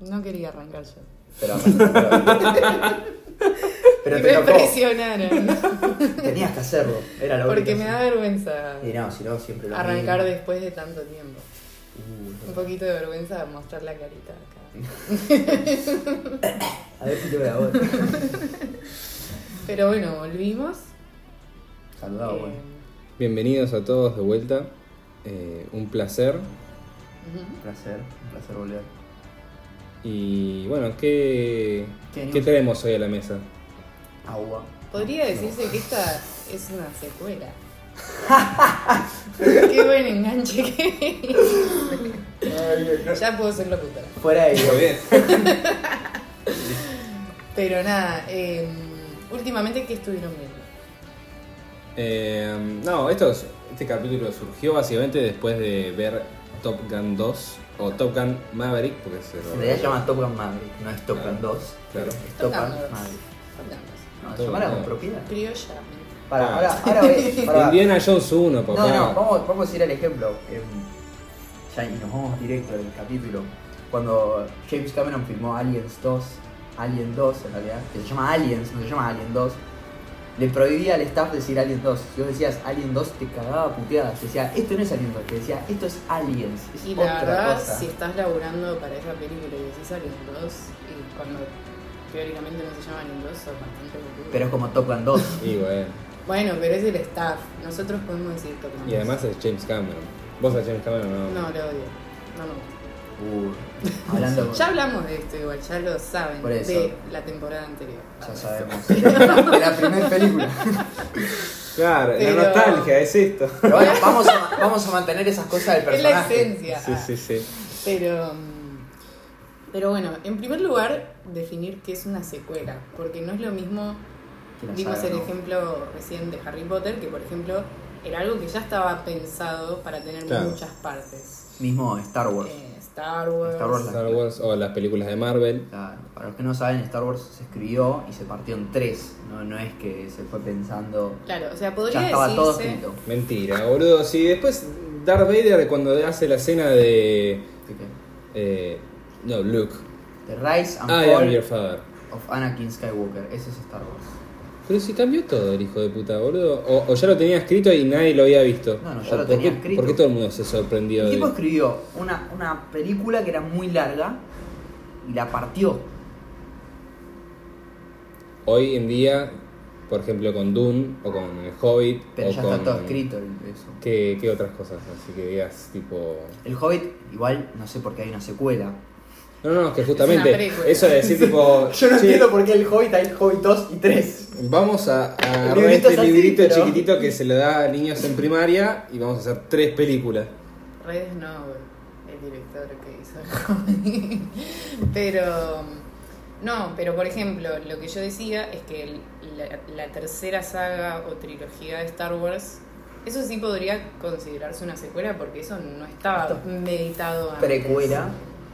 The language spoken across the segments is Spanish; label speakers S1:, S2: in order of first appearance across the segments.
S1: No quería arrancar yo.
S2: Pero, pero
S1: Y
S2: te
S1: me
S2: tocó.
S1: presionaron.
S2: Tenías que hacerlo. Era lo
S1: Porque
S2: único.
S1: me da vergüenza
S2: Y no, si no, siempre lo
S1: arrancar
S2: mismo.
S1: después de tanto tiempo.
S2: Uh, no.
S1: Un poquito de vergüenza mostrar la carita acá.
S2: A ver si te voy a vos.
S1: Pero bueno, volvimos.
S2: Saludado,
S1: Eh,
S2: Ah, bueno.
S3: Bienvenidos a todos de vuelta. Eh, un placer.
S1: ujú.
S2: Un placer, un placer volver.
S3: Y bueno, ¿qué,
S2: ¿Qué
S3: qué
S2: nos-
S3: tenemos hoy a la mesa?
S2: Agua.
S1: Podría decirse que esta es una secuela. Qué buen enganche que Ya puedo ser locutora.
S2: Fuera de
S4: Muy bien.
S1: Pero nada, eh, últimamente, ¿qué estuvieron viendo?
S3: Eh, no, esto es- este capítulo surgió básicamente después de ver Top Gun 2 o Top Gun Maverick, porque se lo-
S2: En realidad se llama Top Gun Maverick, no es Top Gun 2.
S3: Claro.
S2: Es Top
S1: Tocamos.
S2: Gun Maverick.
S1: Tocamos.
S2: No,
S3: Top
S2: llamala
S3: Gun.
S2: con propiedad.
S1: Ah. Criolla.
S2: Para, ahora, ahora ve. Para,
S3: Indiana Jones 1, papá.
S2: No, no, vamos, vamos a ir al ejemplo. em, ya y nos vamos directo del capítulo. Cuando James Cameron filmó Aliens 2, Alien 2 en realidad, que se llama Aliens, no se llama Alien 2, le prohibía al staff decir Alien 2. Si vos decías Alien 2 te cagaba puteadas. Te decía, esto no es Alien 2, te decía, esto es Aliens. Es
S1: Y
S2: otra
S1: la verdad,
S2: cosa.
S1: si estás laburando para esa película y decís Alien 2, y cuando teóricamente no se llama Alien 2, sos bastante boludo.
S2: Pero es como Top Gun 2.
S3: Y bueno,
S1: Bueno, pero es el staff. Nosotros podemos decir Top Gun.
S3: y además es James Cameron. Vos a James Cameron
S1: No,
S3: no.
S1: lo odio. No me gusta.
S2: Uh, hablando con-
S1: Ya hablamos de esto igual, ya lo saben.
S2: Por eso.
S1: De la temporada anterior.
S2: Ya sabemos. De la primera película.
S3: Claro,
S1: Pero-
S3: la nostalgia es esto.
S2: Pero bueno, vamos a, vamos a mantener esas cosas del
S1: Es la
S2: personaje.
S1: esencia.
S3: Sí, sí, sí.
S1: Pero. mm, Pero bueno, en primer lugar, definir qué es una secuela. Porque no es lo mismo
S2: Que la
S1: Vimos
S2: saga,
S1: el
S2: ¿no?
S1: ejemplo recién de Harry Potter, que por ejemplo era algo que ya estaba pensado para tener
S3: Claro.
S1: muchas partes.
S2: Mismo Star Wars.
S1: Eh, Star Wars.
S2: Star Wars,
S3: Star Wars o las películas de Marvel.
S2: Claro, para los que no saben, Star Wars se escribió y se partió en tres. No, no es que se fue pensando.
S1: Claro, o sea,
S2: Ya
S1: podría
S2: estaba todo
S1: decirse.
S2: escrito.
S3: Mentira, boludo. Si después Darth Vader cuando hace la escena de...
S2: ¿De qué?
S3: eh, no, Luke.
S2: The Rise and
S3: I am your
S2: Fall
S3: father.
S2: of Anakin Skywalker. Ese es Star Wars.
S3: Pero si cambió todo el hijo de puta, boludo. O, o ya lo tenía escrito y nadie lo había visto.
S2: No, no, ya
S3: O
S2: lo
S3: ¿por
S2: tenía
S3: qué-
S2: escrito.
S3: ¿Por qué todo el mundo se sorprendió?
S2: El
S3: de-
S2: tipo escribió una, una película que era muy larga y la partió.
S3: Hoy en día, por ejemplo, con Dune o con El Hobbit.
S2: Pero
S3: o
S2: ya
S3: con...
S2: está todo escrito el- eso.
S3: ¿Qué, qué otras cosas? Así que digas, tipo...
S2: El Hobbit, igual, no sé por qué hay una secuela.
S3: No, no, no, que justamente...
S1: precuela.
S3: Eso de decir,
S2: Yo
S3: tipo...
S2: no
S3: "Che,
S2: entiendo por qué el Hobbit hay Hobbit 2 y 3.
S3: Vamos a, a agarrar
S2: librito
S3: este
S2: es así,
S3: librito
S2: pero-
S3: chiquitito que se le da a niños en primaria y vamos a hacer tres películas.
S1: Redes no, el director que hizo el cómic. pero. No, pero por ejemplo, lo que yo decía es que el- la, la tercera saga o trilogía de Star Wars, eso sí podría considerarse una secuela porque eso no estaba meditado antes.
S2: Precuela,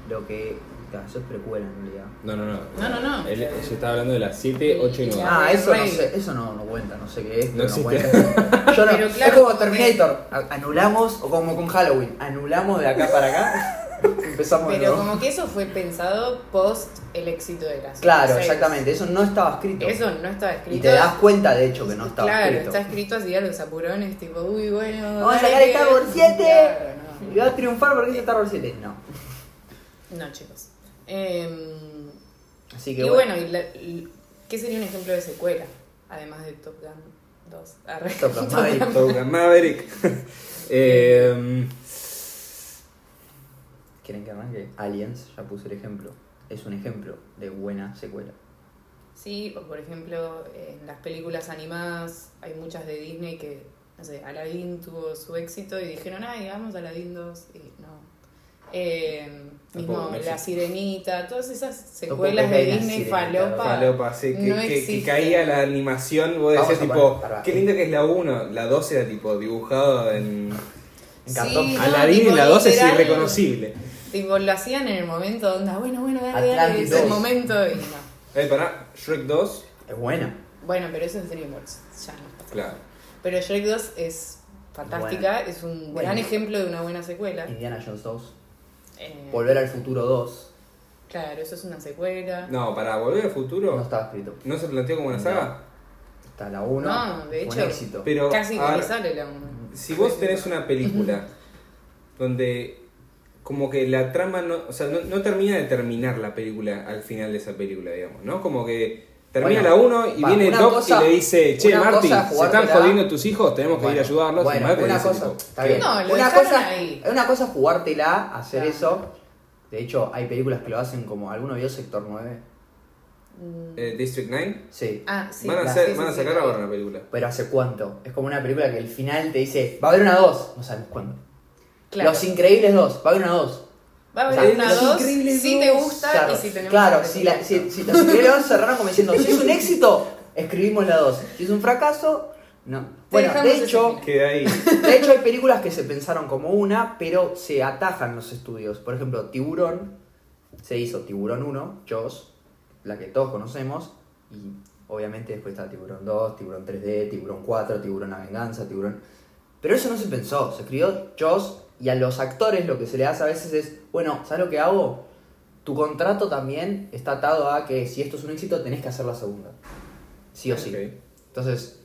S2: lo que. claro, Eso es precuela en realidad.
S3: No, no, no.
S1: No, no, no.
S3: Él- yo estaba hablando de las 7, 8 y 9.
S1: Ya.
S2: Ah,
S1: Rey,
S2: eso no
S1: Rey.
S2: sé, eso no, no cuenta, no sé qué es,
S3: No
S2: pero no,
S3: existe.
S2: cuenta. Yo no-
S1: Pero
S2: es
S1: claro,
S2: como Terminator, a- anulamos, o como con Halloween, anulamos de acá para acá, empezamos de
S1: Pero
S2: nuevo.
S1: como que eso fue pensado post el éxito de las
S2: Claro,
S1: series.
S2: exactamente, eso no estaba escrito.
S1: Eso no estaba escrito.
S2: y te das cuenta, de hecho, que no estaba
S1: Claro,
S2: escrito.
S1: está escrito así a los apurones, tipo, uy, bueno.
S2: Vamos a
S1: dale,
S2: sacar el Star Wars 7
S1: claro,
S2: y va a triunfar porque es Star Wars 7. No.
S1: no. No, chicos. Eh,
S2: Así
S1: y
S2: que
S1: bueno,
S2: bueno.
S1: y la- y- ¿qué sería un ejemplo de secuela? Además de Top Gun 2. Arre.
S2: Top Gun
S1: Ah.
S2: Maverick.
S3: Top Gun Maverick. Eh,
S2: ¿Quieren que arranque? Aliens, ya puse el ejemplo. Es un ejemplo de buena secuela.
S1: Sí, o por ejemplo, en las películas animadas hay muchas de Disney que, no sé, Aladdin tuvo su éxito y dijeron, ay, vamos a Aladdin 2, y no. Eh, mismo
S3: Tampoco, no
S1: La
S3: sé.
S1: Sirenita, todas esas
S2: Tampoco
S1: secuelas
S2: es
S1: de
S2: de La
S1: Disney
S2: Sirenita,
S1: falopa.
S3: Falopa, sí, que,
S1: Ah, no
S3: que- que
S1: existen.
S3: caía la animación. Vos
S2: Vamos
S3: decías,
S2: a
S3: tipo,
S2: poner- pará.
S3: qué linda que es la 1. La 2 era, tipo, dibujado en.
S2: En
S1: Sí,
S2: cartón.
S1: no,
S3: Aladdin
S1: tipo,
S3: en la 2 es
S1: literal.
S3: irreconocible.
S1: Tipo, lo hacían en el momento, onda, bueno, bueno, dale, dale,
S2: Atlantis
S1: es el
S2: 2.
S1: momento, y no.
S3: Eh, pará, Shrek 2,
S2: Es buena.
S1: Bueno, pero eso es DreamWorks, ya no está.
S3: claro.
S1: Pero Shrek 2 es fantástica, es un
S2: Bueno.
S1: gran ejemplo de una buena secuela.
S2: Indiana Jones 2.
S1: Eh,
S2: Volver al futuro 2.
S1: Claro, eso es una secuela.
S3: No, para volver al futuro,
S2: No
S3: no,
S2: estaba escrito.
S3: se planteó como una
S2: No.
S3: saga.
S2: Está la 1.
S1: No, de
S2: Un
S1: hecho-
S2: éxito.
S3: Pero
S1: Casi
S3: ahora,
S1: que le sale la 1.
S3: si vos tenés una película donde como que la trama no, o sea, no, no termina de terminar la película al final de esa película, digamos, ¿no? Como que termina
S2: Bueno,
S3: la 1 y
S2: va,
S3: viene
S2: una
S3: Doc
S2: cosa-
S3: y le dice, che,
S2: una
S3: Marty,
S2: cosa es
S3: se están
S2: jugártela-
S3: jodiendo tus hijos, tenemos que ir a ayudarlos.
S2: Bueno,
S3: y Marty
S2: una
S3: dice,
S2: cosa,
S3: tipo,
S2: está
S3: "¿Qué
S2: bien.
S1: No, lo
S2: una,
S1: dejaron
S2: cosa,
S1: ahí.
S2: una cosa es jugártela, hacer
S1: Claro.
S2: eso. De hecho, hay películas que lo hacen como. ¿Alguno vio Sector 9?
S3: Eh, District 9.
S2: Sí.
S1: Mm, Ah, sí.
S3: van a,
S1: sí,
S3: hacer-
S1: sí,
S3: van a
S1: sí,
S3: sacar
S1: sí.
S3: ahora una película.
S2: Pero ¿hace cuánto? Es como una película que el final te dice: Va a haber una 2. No sabemos cuándo.
S1: Claro.
S2: Los Increíbles 2. Va a haber una 2.
S1: Va a
S2: O sea,
S1: haber una
S3: Los
S1: 2
S3: Increíbles
S1: si te gusta
S2: Claro,
S1: y si tenemos
S2: claro,
S1: suerte
S2: si,
S1: con
S2: la-
S1: eso.
S2: si- si los Increíbles 2 cerraron como diciendo: Si es un éxito, escribimos la 2. Si es un fracaso, no. Bueno,
S1: dejamos
S2: de
S1: ese
S2: hecho,
S1: final.
S3: Queda ahí.
S2: De hecho, hay películas que se pensaron como una, pero se atajan los estudios. Por ejemplo, Tiburón se hizo Tiburón 1, Jaws, la que todos conocemos, y obviamente después está Tiburón 2, Tiburón 3D, Tiburón 4, Tiburón La Venganza, Tiburón. Pero eso no se pensó, se escribió Jaws y a los actores lo que se le hace a veces es, bueno, ¿sabes lo que hago? Tu contrato también está atado a que si esto es un éxito tenés que hacer la segunda. Sí o sí.
S3: Ok.
S2: Entonces,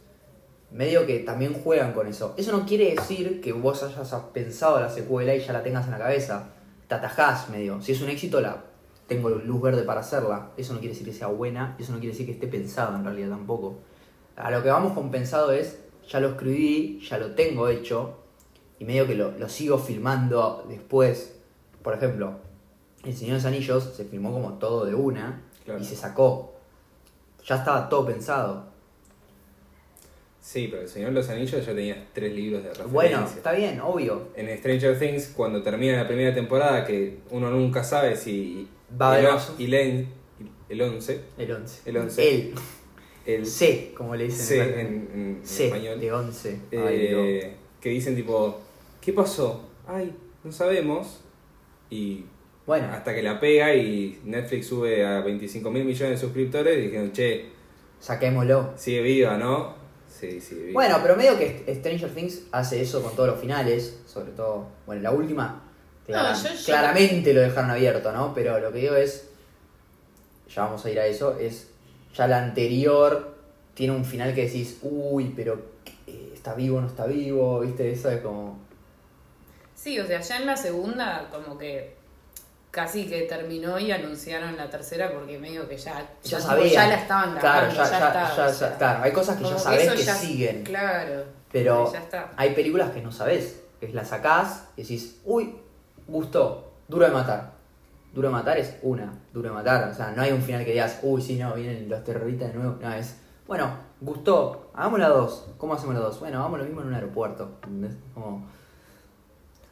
S2: medio que también juegan con eso. Eso no quiere decir que vos hayas pensado la secuela y ya la tengas en la cabeza. Te atajás medio. Si es un éxito, la tengo luz verde para hacerla. Eso no quiere decir que sea buena, eso no quiere decir que esté pensada en realidad tampoco. A lo que vamos con pensado es, ya lo escribí, ya lo tengo hecho, y medio que lo, lo sigo filmando después. Por ejemplo, El Señor de los Anillos se filmó como todo de una
S3: Claro.
S2: y se sacó. Ya estaba todo pensado.
S3: Sí, pero el Señor de los Anillos ya tenías tres libros de referencia.
S2: Bueno, está bien, obvio.
S3: En Stranger Things, cuando termina la primera temporada, que uno nunca sabe si
S2: Va a haber
S3: el,
S2: más.
S3: y Len- el 11,
S2: El 11.
S3: El once.
S2: El.
S3: el
S2: C, como le dicen
S3: C en,
S2: en,
S3: en
S2: C,
S3: español,
S2: de 11.
S3: eh, que dicen tipo, ¿qué pasó? Ay, no sabemos. Y
S2: Bueno,
S3: hasta que la pega y Netflix sube a 25 mil millones de suscriptores, y dijeron, che,
S2: saquémoslo.
S3: sigue viva, ¿no? Sí, sigue viva.
S2: Bueno, pero medio que Stranger Things hace eso con todos los finales, sobre todo, bueno, la última, te
S1: No,
S2: la-
S1: yo- yo-
S2: claramente lo dejaron abierto, ¿no? Pero lo que digo es, ya vamos a ir a eso, es ya la anterior tiene un final que decís, uy, pero eh, está vivo o no está vivo, ¿viste? Eso es como...
S1: Sí, o sea, ya en la segunda como que casi que terminó y anunciaron la tercera porque medio que ya
S2: Ya
S1: tipo,
S2: sabía.
S1: ya la estaban grabando,
S2: Claro, ya, ya,
S1: está,
S2: ya-
S1: o sea,
S2: ya- claro, hay cosas que
S1: como
S2: ya sabes
S1: eso
S2: que,
S1: ya-
S2: siguen.
S1: Claro.
S2: Pero
S1: ya está.
S2: hay películas que no sabes, que las sacás y decís, uy, gustó, duro de matar. Duro de matar es una, duro de matar. O sea, no hay un final que digas, uy, sí, no, vienen los terroristas de nuevo. No, es, bueno, gustó, hagamos la dos. ¿Cómo hacemos la dos? Bueno, hagamos lo mismo en un aeropuerto. ¿entendés? Como,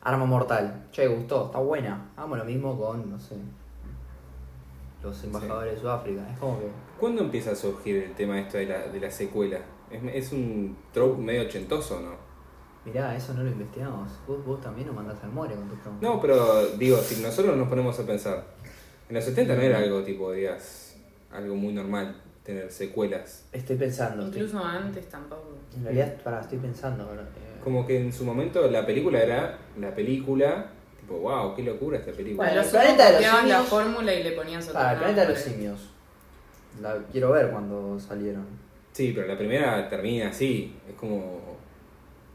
S2: arma mortal. Che, gustó, está buena. Hagamos lo mismo con, no sé, los embajadores de Sudáfrica. Es como que.
S3: ¿Cuándo empieza a surgir el tema esto de la, de la secuela? Es, es un trope medio ochentoso, ¿no?
S2: Mirá, eso no lo investigamos. Vos, vos también nos mandás al more con tus preguntas.
S3: No, pero digo, si nosotros nos ponemos a pensar, en los 70 no era algo tipo, digas, algo muy normal tener secuelas.
S2: Estoy pensando. estoy-
S1: Incluso antes tampoco.
S2: En realidad, pará, estoy pensando. ahora, eh,
S3: Como que en su momento la película era la película, tipo, wow, qué locura esta película.
S2: Bueno,
S1: Lo
S2: el
S1: sumo,
S2: planeta de los
S1: copiaban la
S2: simios-
S1: fórmula y le ponían otro
S2: Para Ah, el planeta de los
S1: nombre.
S2: simios. La quiero ver cuando salieron.
S3: Sí, pero la primera termina así, es como...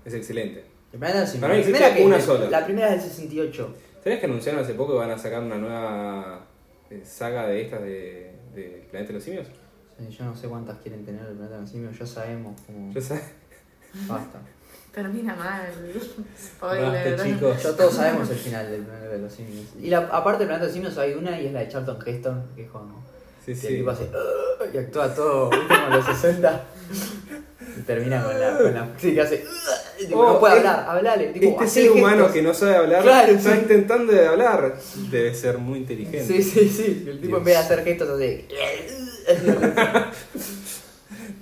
S3: Es excelente.
S2: El planeta de los simios.
S3: Para mí
S2: la primera
S3: existe
S2: que
S3: una sola.
S2: La primera es del 68.
S3: ¿Sabes que anunciaron hace poco que van a sacar una nueva eh, saga de estas de, de Planeta de los Simios?
S2: Sí, Yo no sé cuántas quieren tener el planeta de los simios, ya sabemos cómo.
S3: Yo sé.
S2: Basta.
S1: Termina mal. Hoy, la
S3: Basta,
S1: verdad.
S3: chicos.
S2: Ya todos sabemos el final del planeta de los simios. Y la, aparte del planeta de los simios hay una y es la de Charlton Heston, que es como.
S3: Sí,
S2: Y el
S3: sí.
S2: tipo hace. "Ugh", Y actúa todo ¿viste? como en los 60. Y termina con la. Con la sí, que hace. "Ugh", y tipo,
S3: Oh,
S2: no puede
S3: es-
S2: hablar, hablale. Tipo,
S3: Este
S2: hace
S3: ser humano
S2: gestos.
S3: que no sabe hablar
S2: Claro,
S3: está
S2: sí.
S3: intentando de hablar. Debe ser muy inteligente.
S2: Sí, sí, sí. El tipo en vez de hacer gestos hace.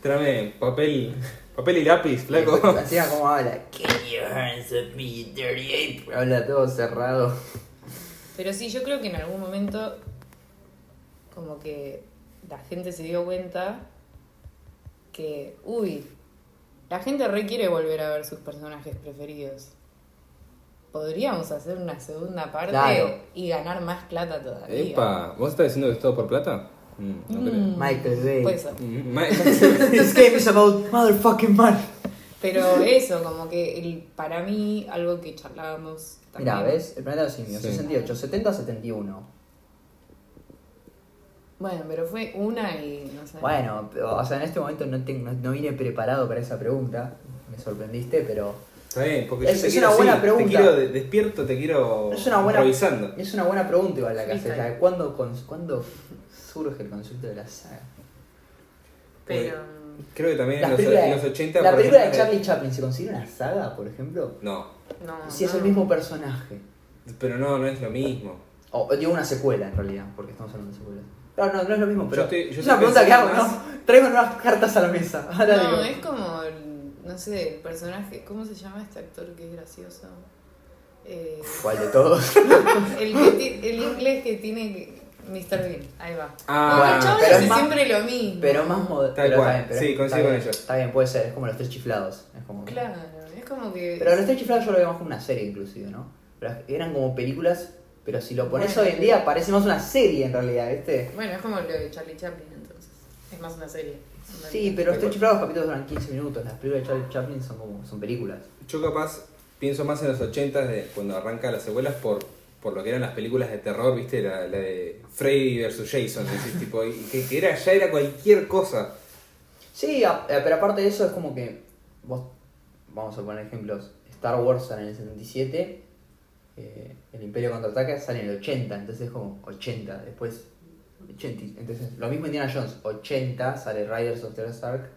S3: Tráeme papel, papel y lápiz, flaco.
S2: Hacía como habla. Can your hands of me, dirty ape?" Habla todo cerrado.
S1: Pero sí, yo creo que en algún momento como que la gente se dio cuenta que, uy, la gente requiere volver a ver sus personajes preferidos. podríamos hacer una segunda parte
S2: Claro.
S1: y ganar más plata todavía.
S3: Epa, ¿vos estás diciendo que es todo por plata? Mm, no creo.
S2: Michael Bay.
S1: Puede ser.
S3: Mm, ma-
S2: This game is about motherfucking money.
S1: Pero eso, como que el- para mí, algo que charlábamos también.
S2: Mira, ¿ves? El planeta de los simios,
S3: Sí.
S2: 68, 70, 71.
S1: Bueno, pero fue una y no sé.
S2: Bueno, pero, o sea, en este momento no, tengo, no, no vine preparado para esa pregunta. Me sorprendiste, pero.
S3: Está bien, porque
S2: Es-
S3: yo te
S2: es
S3: quiero
S2: una buena
S3: así,
S2: pregunta.
S3: Te quiero de- despierto, te quiero
S2: Es una buena,
S3: improvisando.
S2: es una buena pregunta igual la que haces.
S1: Freestyle.
S2: o sea, ¿Cuándo, cons- cuándo surge el concepto de la saga?
S1: pero.
S3: Creo que también en
S2: Las
S3: los,
S2: películas
S3: en
S2: de-
S3: los 80...
S2: la
S3: por
S2: película de
S3: ejemplo,
S2: Charlie Chaplin, ¿se considera una saga, por ejemplo?
S3: No,
S1: No.
S2: Si es
S1: no.
S2: el mismo personaje.
S3: pero no, no es lo mismo.
S2: O digo una secuela en realidad, porque estamos hablando de secuelas. Claro, no, no es lo mismo, pero.
S3: Yo estoy- yo
S2: es una
S3: estoy
S2: pregunta que hago,
S3: pensando
S2: ¿no? Traigo nuevas cartas a la mesa. Ahora
S1: No,
S2: digo.
S1: es como. el- No sé, el personaje. ¿Cómo se llama este actor que es gracioso? Eh,
S2: ¿Cuál de todos?
S1: el, que ti- el inglés que tiene. Mr. Bean, ahí va.
S3: Ah,
S1: Porque el
S2: bueno,
S1: chabón
S2: pero
S1: hace
S2: es más-
S1: siempre lo mismo.
S2: Pero más moderno.
S3: Tal cual, sí, coincido con ello.
S2: Está bien, puede ser, es como los tres chiflados. Es como...
S1: Claro, es como que.
S2: Pero los tres chiflados yo lo veo más como una serie inclusive, ¿no? Pero eran como películas, pero si lo pones
S1: Bueno.
S2: hoy en día parece más una serie en realidad, ¿viste?
S1: Bueno, es como lo de Charlie Chaplin entonces. Es más una serie. es una-
S2: Sí, pero los tres chiflados capítulos duran 15 minutos, las películas de Charlie Chaplin son como, son películas.
S3: Yo capaz pienso más en los 80 de cuando arranca las secuelas por, por lo que eran las películas de terror, ¿viste? La, la de Freddy vs. Jason, decís, tipo, y que, que era, ya era cualquier cosa.
S2: Sí, a- eh, pero aparte de eso es como que vos, vamos a poner ejemplos, Star Wars sale en el 77, eh, el Imperio Contraataca sale en el 80, entonces es como 80, después 80, entonces lo mismo Indiana Jones, 80 sale Riders of the Lost Ark,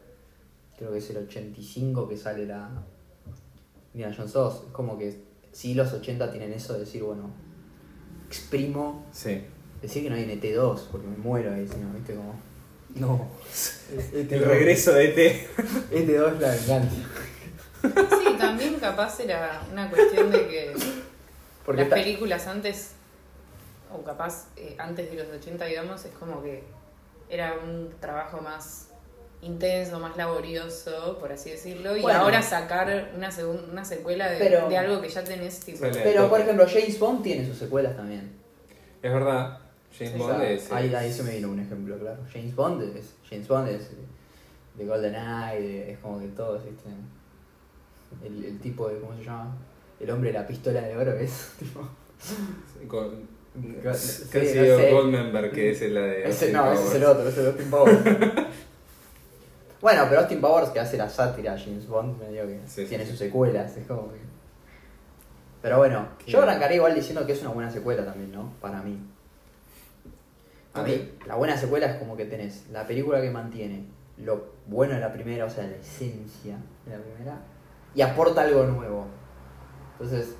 S2: creo que es el 85 que sale la Indiana Jones 2, es como que sí los 80 tienen eso de decir, bueno, exprimo,
S3: Sí.
S2: decir que no hay en ET2, porque me muero ahí, sino, viste como... No.
S3: El regreso de E T.
S2: Este 2 la venganza.
S1: Sí, también capaz era una cuestión de que
S2: Porque
S1: las
S2: ta-
S1: películas antes, o capaz eh, antes de los 80, digamos, es como que era un trabajo más intenso, más laborioso, por así decirlo, y
S2: Bueno.
S1: ahora sacar una, segun- una secuela de,
S2: Pero-
S1: de algo que ya tenés, tipo,
S3: Sale.
S2: Pero por ejemplo, James Bond tiene sus secuelas también.
S3: Es verdad. James
S1: Sí,
S3: Bond
S2: O sea,
S3: es.
S2: ahí, ahí se me vino un ejemplo, claro. James Bond es. James Bond es. eh, De Golden Eye, es como que todos, ¿viste? El, el tipo de. ¿Cómo se llama? El hombre de la pistola de oro, ¿ves? Tipo.
S3: Con,
S2: Sí,
S3: que ha
S2: no
S3: sido
S2: sé.
S3: Goldmember, que es la de.
S2: Ese,
S3: Austin
S2: no, ese es el
S3: Powers.
S2: otro, ese es Austin Powers. bueno, pero Austin Powers que hace la sátira a James Bond, me digo que
S3: Sí, sí,
S2: tiene
S3: sí.
S2: sus secuelas, es como que... Pero bueno,
S3: Qué
S2: yo
S3: bueno.
S2: arrancaría igual diciendo que es una buena secuela también, ¿no? Para mí. A
S3: Ok.
S2: mí, la buena secuela es como que tenés la película que mantiene lo bueno de la primera, o sea, la esencia de la primera, y aporta algo nuevo. Entonces,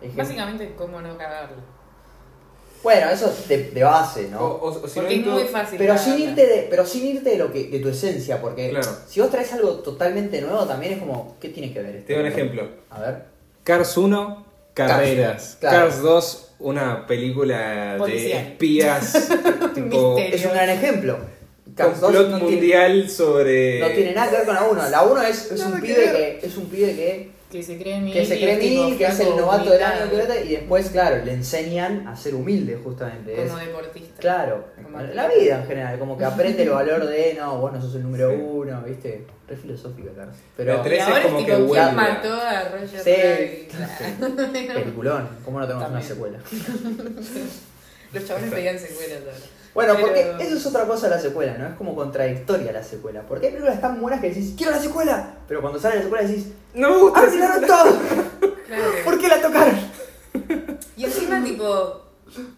S2: ejemplo-
S1: básicamente cómo no cagarla.
S2: bueno, eso es de, de base, ¿no?
S3: O, o- o si no,
S1: Porque es
S3: entonces-
S1: muy fácil.
S2: Pero sin,
S1: cagarla.
S2: irte de, pero sin irte de lo que de tu esencia, porque
S3: Claro.
S2: si vos traes algo totalmente nuevo también es como, ¿qué tiene que ver esto?
S3: Te doy un ejemplo.
S2: A ver.
S3: Cars 1, carreras.
S2: Claro.
S3: Cars 2, una película
S1: Policial.
S3: de espías. tipo,
S1: Misterio.
S2: Es un gran ejemplo. Cars 2
S3: complot
S2: no tiene,
S3: mundial sobre.
S2: no tiene nada que ver con la 1. La 1 es, es
S3: Nada
S2: un
S3: que
S2: pibe
S3: ver.
S2: que es un pibe que,
S1: Que se cree mil.
S2: que se
S1: y
S2: cree
S1: es tipo
S2: mil, que es el
S1: flaco,
S2: novato del año
S1: humildad,
S2: que vete, y después, claro, le enseñan a ser humilde justamente. Es-
S1: Como deportista.
S2: claro.
S1: Como
S2: la vida en general, como que aprende el valor de no, vos no sos el número uno, viste. Re filosófica, Cars. Pero
S3: La tres-
S1: y
S3: es
S1: ahora
S3: como
S1: es
S3: que
S1: tipo, ¿quién
S3: vuelve.
S1: mató a Roger
S2: Sí.
S1: Rabbit?
S2: peliculón, ¿cómo no tenemos una
S1: También.
S2: secuela?
S1: Los chabones pedían secuelas ahora.
S2: Bueno,
S1: Pero-
S2: porque eso es otra cosa de la secuela, ¿no? Es como contradictoria la secuela. Porque hay películas tan buenas que decís, quiero la secuela. Pero cuando sale la secuela decís,
S3: No me gusta.
S2: ¡ah, tiraron todo! ¿Por
S1: Claro.
S2: qué la tocaron?
S1: Y encima, tipo,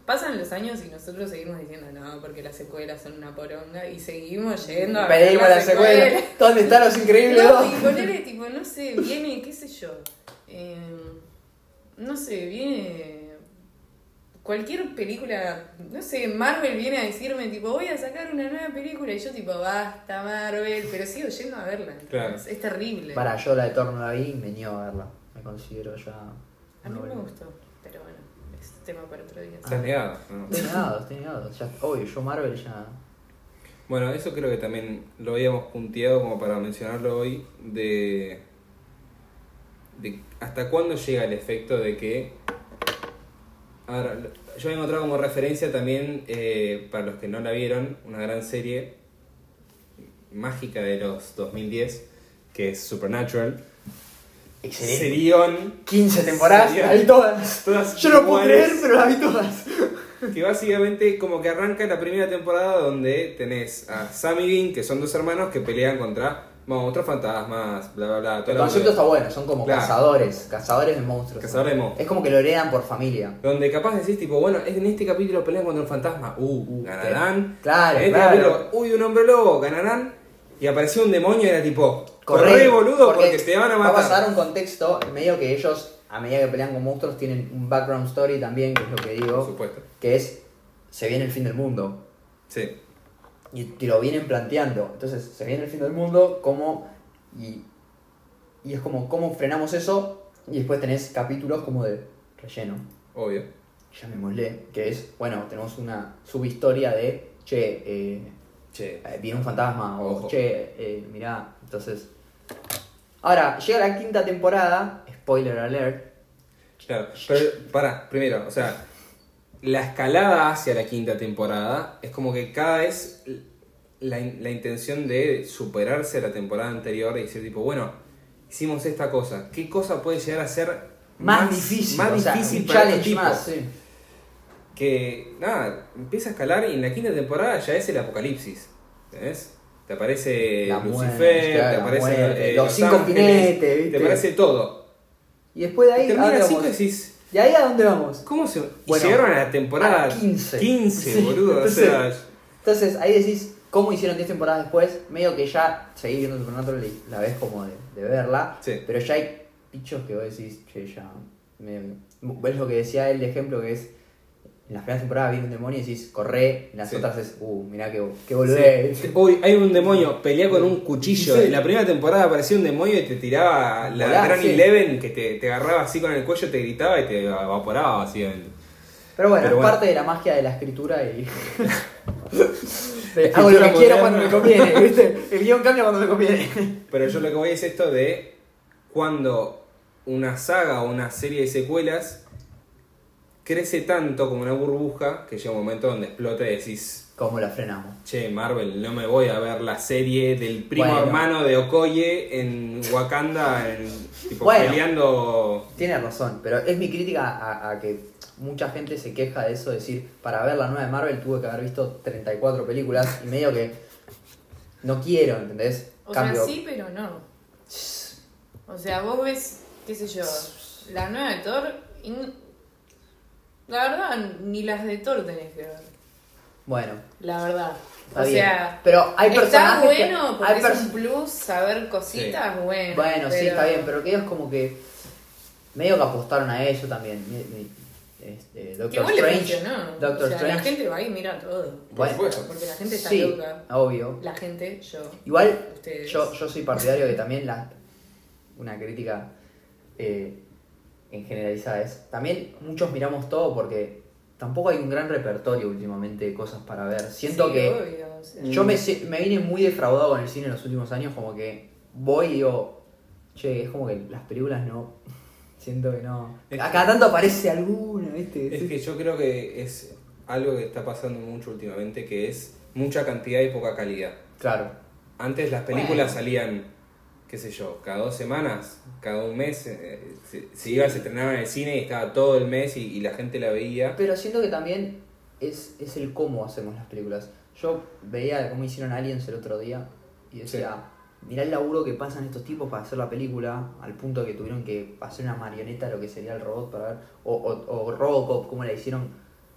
S1: pasan los años y nosotros seguimos diciendo, no, porque las secuelas son una poronga. Y seguimos yendo a ver
S2: Pedimos la secuela. ¿Dónde están los increíbles
S1: No,
S2: dos?
S1: y ponele, tipo, no sé, viene, qué sé yo. eh, no sé, viene. Cualquier película, no sé, Marvel viene a decirme, tipo, voy a sacar una nueva película. Y yo, tipo, basta, Marvel. Pero sigo yendo a verla. ¿entendés?
S3: Claro.
S1: Es terrible.
S2: Para, yo la de Thor no la vi y me niego a verla. Me considero ya.
S1: A mí me
S2: no,
S1: gustó, pero bueno, es tema para otro día.
S3: Estás negado. ¿no?
S2: Estoy negado, estoy negado. Ya, obvio, yo Marvel ya.
S3: Bueno, eso creo que también lo habíamos punteado como para mencionarlo hoy de de hasta cuándo llega el efecto de que... Ahora, lo- yo he encontrado como referencia también, eh, para los que no la vieron, una gran serie mágica de los 2010, que es Supernatural.
S2: Excelente.
S3: Serión,
S2: 15 temporadas,
S3: Serión.
S2: la vi todas.
S3: Todas
S2: Yo no puedo
S3: iguales.
S2: creer, pero la vi todas.
S3: que básicamente como que arranca la primera temporada donde tenés a Sam y Dean, que son dos hermanos que pelean contra monstruos, fantasmas, bla, bla, bla. toda
S2: El
S3: la
S2: concepto
S3: movida.
S2: está bueno, son como
S3: Claro.
S2: cazadores, cazadores de monstruos.
S3: Cazadores de monstruos.
S2: Es como que lo heredan por familia.
S3: Donde capaz decís, tipo, bueno, en este capítulo pelean contra un fantasma, uh, ganarán.
S2: Claro,
S3: en este
S2: claro.
S3: capítulo, uy, un hombre lobo, ganarán. Y apareció un demonio y era tipo, corre,
S2: Correr,
S3: boludo, porque, te van a matar.
S2: Va a pasar un contexto, medio que ellos, a medida que pelean con monstruos, tienen un background story también, que es lo que
S3: Por
S2: digo,
S3: supuesto.
S2: que es, se viene el fin del mundo.
S3: Sí.
S2: Y te lo vienen planteando. Entonces, se viene el fin del mundo, ¿cómo? Y, y es como, ¿cómo frenamos eso? Y después tenés capítulos como de relleno,
S3: Obvio.
S2: llamémosle, que es, bueno, tenemos una subhistoria de, che, eh,
S3: Che.
S2: eh, viene un fantasma o
S3: Ojo.
S2: che, eh, mirá, entonces. Ahora, llega la quinta temporada, spoiler alert,
S3: Claro. Pero, pará, primero, o sea, la escalada hacia la quinta temporada es como que cada vez la, in- la intención de superarse a la temporada anterior y decir, tipo, bueno, hicimos esta cosa, ¿qué cosa puede llegar a ser
S2: más, difícil,
S3: más
S2: o sea,
S3: difícil
S2: un
S3: para este
S2: challenge
S3: tipo?
S2: más, sí.
S3: que nada, empieza a escalar y en la quinta temporada ya es el apocalipsis. ¿Entendés? Te aparece
S2: La
S3: Lucifer,
S2: muerte,
S3: te
S2: claro, la
S3: aparece
S2: muerte,
S3: eh,
S2: los cinco
S3: Ángeles,
S2: jinetes, ¿viste?
S3: te aparece todo.
S2: Y después de
S3: Y
S2: ahí, ¿a
S3: termina
S2: dónde
S3: así y
S2: vamos?
S3: decís,
S2: ¿Y ahí a dónde vamos?
S3: ¿cómo se.? y
S2: Bueno,
S3: llegaron a la temporada
S2: a 15.
S3: 15,
S2: Sí,
S3: boludo.
S2: entonces-
S3: o sea,
S2: Entonces, ahí decís, ¿cómo hicieron 10 temporadas después? Medio que ya seguís viendo Supernatural y la ves como de, de verla,
S3: Sí.
S2: pero ya hay bichos que vos decís, che, ya. medio que- ¿Ves lo que decía él, el ejemplo que es. En las primeras temporadas viene un demonio y decís, corre, en las
S3: Sí.
S2: otras es, uh, mirá que, que boludez.
S3: Uy, hay un demonio, pelea con un cuchillo.
S2: Sí.
S3: En la primera temporada aparecía un demonio y te tiraba la
S2: Volá,
S3: Gran
S2: sí.
S3: Eleven que te, te agarraba así con el cuello, te gritaba y te evaporaba básicamente.
S2: Pero bueno, es
S3: Pero bueno.
S2: parte de la magia de la escritura y. De, hago lo que
S3: Escritura
S2: quiero
S3: moderna.
S2: cuando me conviene, ¿viste? El guión cambia cuando me conviene.
S3: Pero yo lo que voy es esto de cuando una saga o una serie de secuelas crece tanto como una burbuja que llega un momento donde explota y decís,
S2: ¿Cómo la frenamos?
S3: che, Marvel, no me voy a ver la serie del primo
S2: Bueno.
S3: hermano de Okoye en Wakanda, en, tipo,
S2: Bueno.
S3: peleando...
S2: Tiene razón, pero es mi crítica a, a que mucha gente se queja de eso, decir, para ver la nueva de Marvel tuve que haber visto 34 películas y medio que no quiero, ¿entendés?
S1: O sea, sí, pero no. O sea, vos ves, qué sé yo, la nueva de Thor y n- la verdad, ni las de Thor tenés que ver.
S2: Bueno,
S1: La verdad.
S2: está
S1: O
S2: bien.
S1: sea,
S2: pero hay
S1: está
S2: personajes que-
S1: bueno porque
S2: hay
S1: es
S2: pers-
S1: un plus saber cositas, bueno.
S2: Bueno, sí,
S1: pero-
S2: está bien, pero que ellos como que medio que apostaron a eso también. Mi- mi- este,
S1: Que
S2: Doctor
S1: igual le
S2: Strange.
S1: funcionó.
S2: Doctor
S1: o sea,
S2: Strange.
S1: la gente va y mira todo.
S2: Bueno,
S3: Por supuesto.
S1: Porque la gente está
S2: sí,
S1: loca.
S2: obvio.
S1: La gente, yo.
S2: Igual
S1: Ustedes.
S2: Yo, yo soy partidario que también la, una crítica eh, en generalizada es, también muchos miramos todo porque tampoco hay un gran repertorio últimamente de cosas para ver. Siento
S1: Sí,
S2: que
S1: obvio, o
S3: Mm.
S1: sea.
S2: yo me, si- me vine muy defraudado con el cine en los últimos años, como que voy y digo, che, es como que las películas no, siento que no.
S3: Es
S2: Acá tanto aparece alguna, ¿viste?
S3: Es que yo creo que es algo que está pasando mucho últimamente, que es mucha cantidad y poca calidad.
S2: Claro,
S3: Antes las películas
S2: Bueno.
S3: salían, qué sé yo, cada dos semanas, cada un mes. eh, se, se iba, se estrenaba en el cine y estaba todo el mes y, y la gente la veía.
S2: Pero siento que también es, es el cómo hacemos las películas. Yo veía cómo hicieron Aliens el otro día y decía, mirá el laburo que pasan estos tipos para hacer la película, al punto que tuvieron que hacer una marioneta, lo que sería el robot para ver, o, o, o Robocop, cómo la hicieron.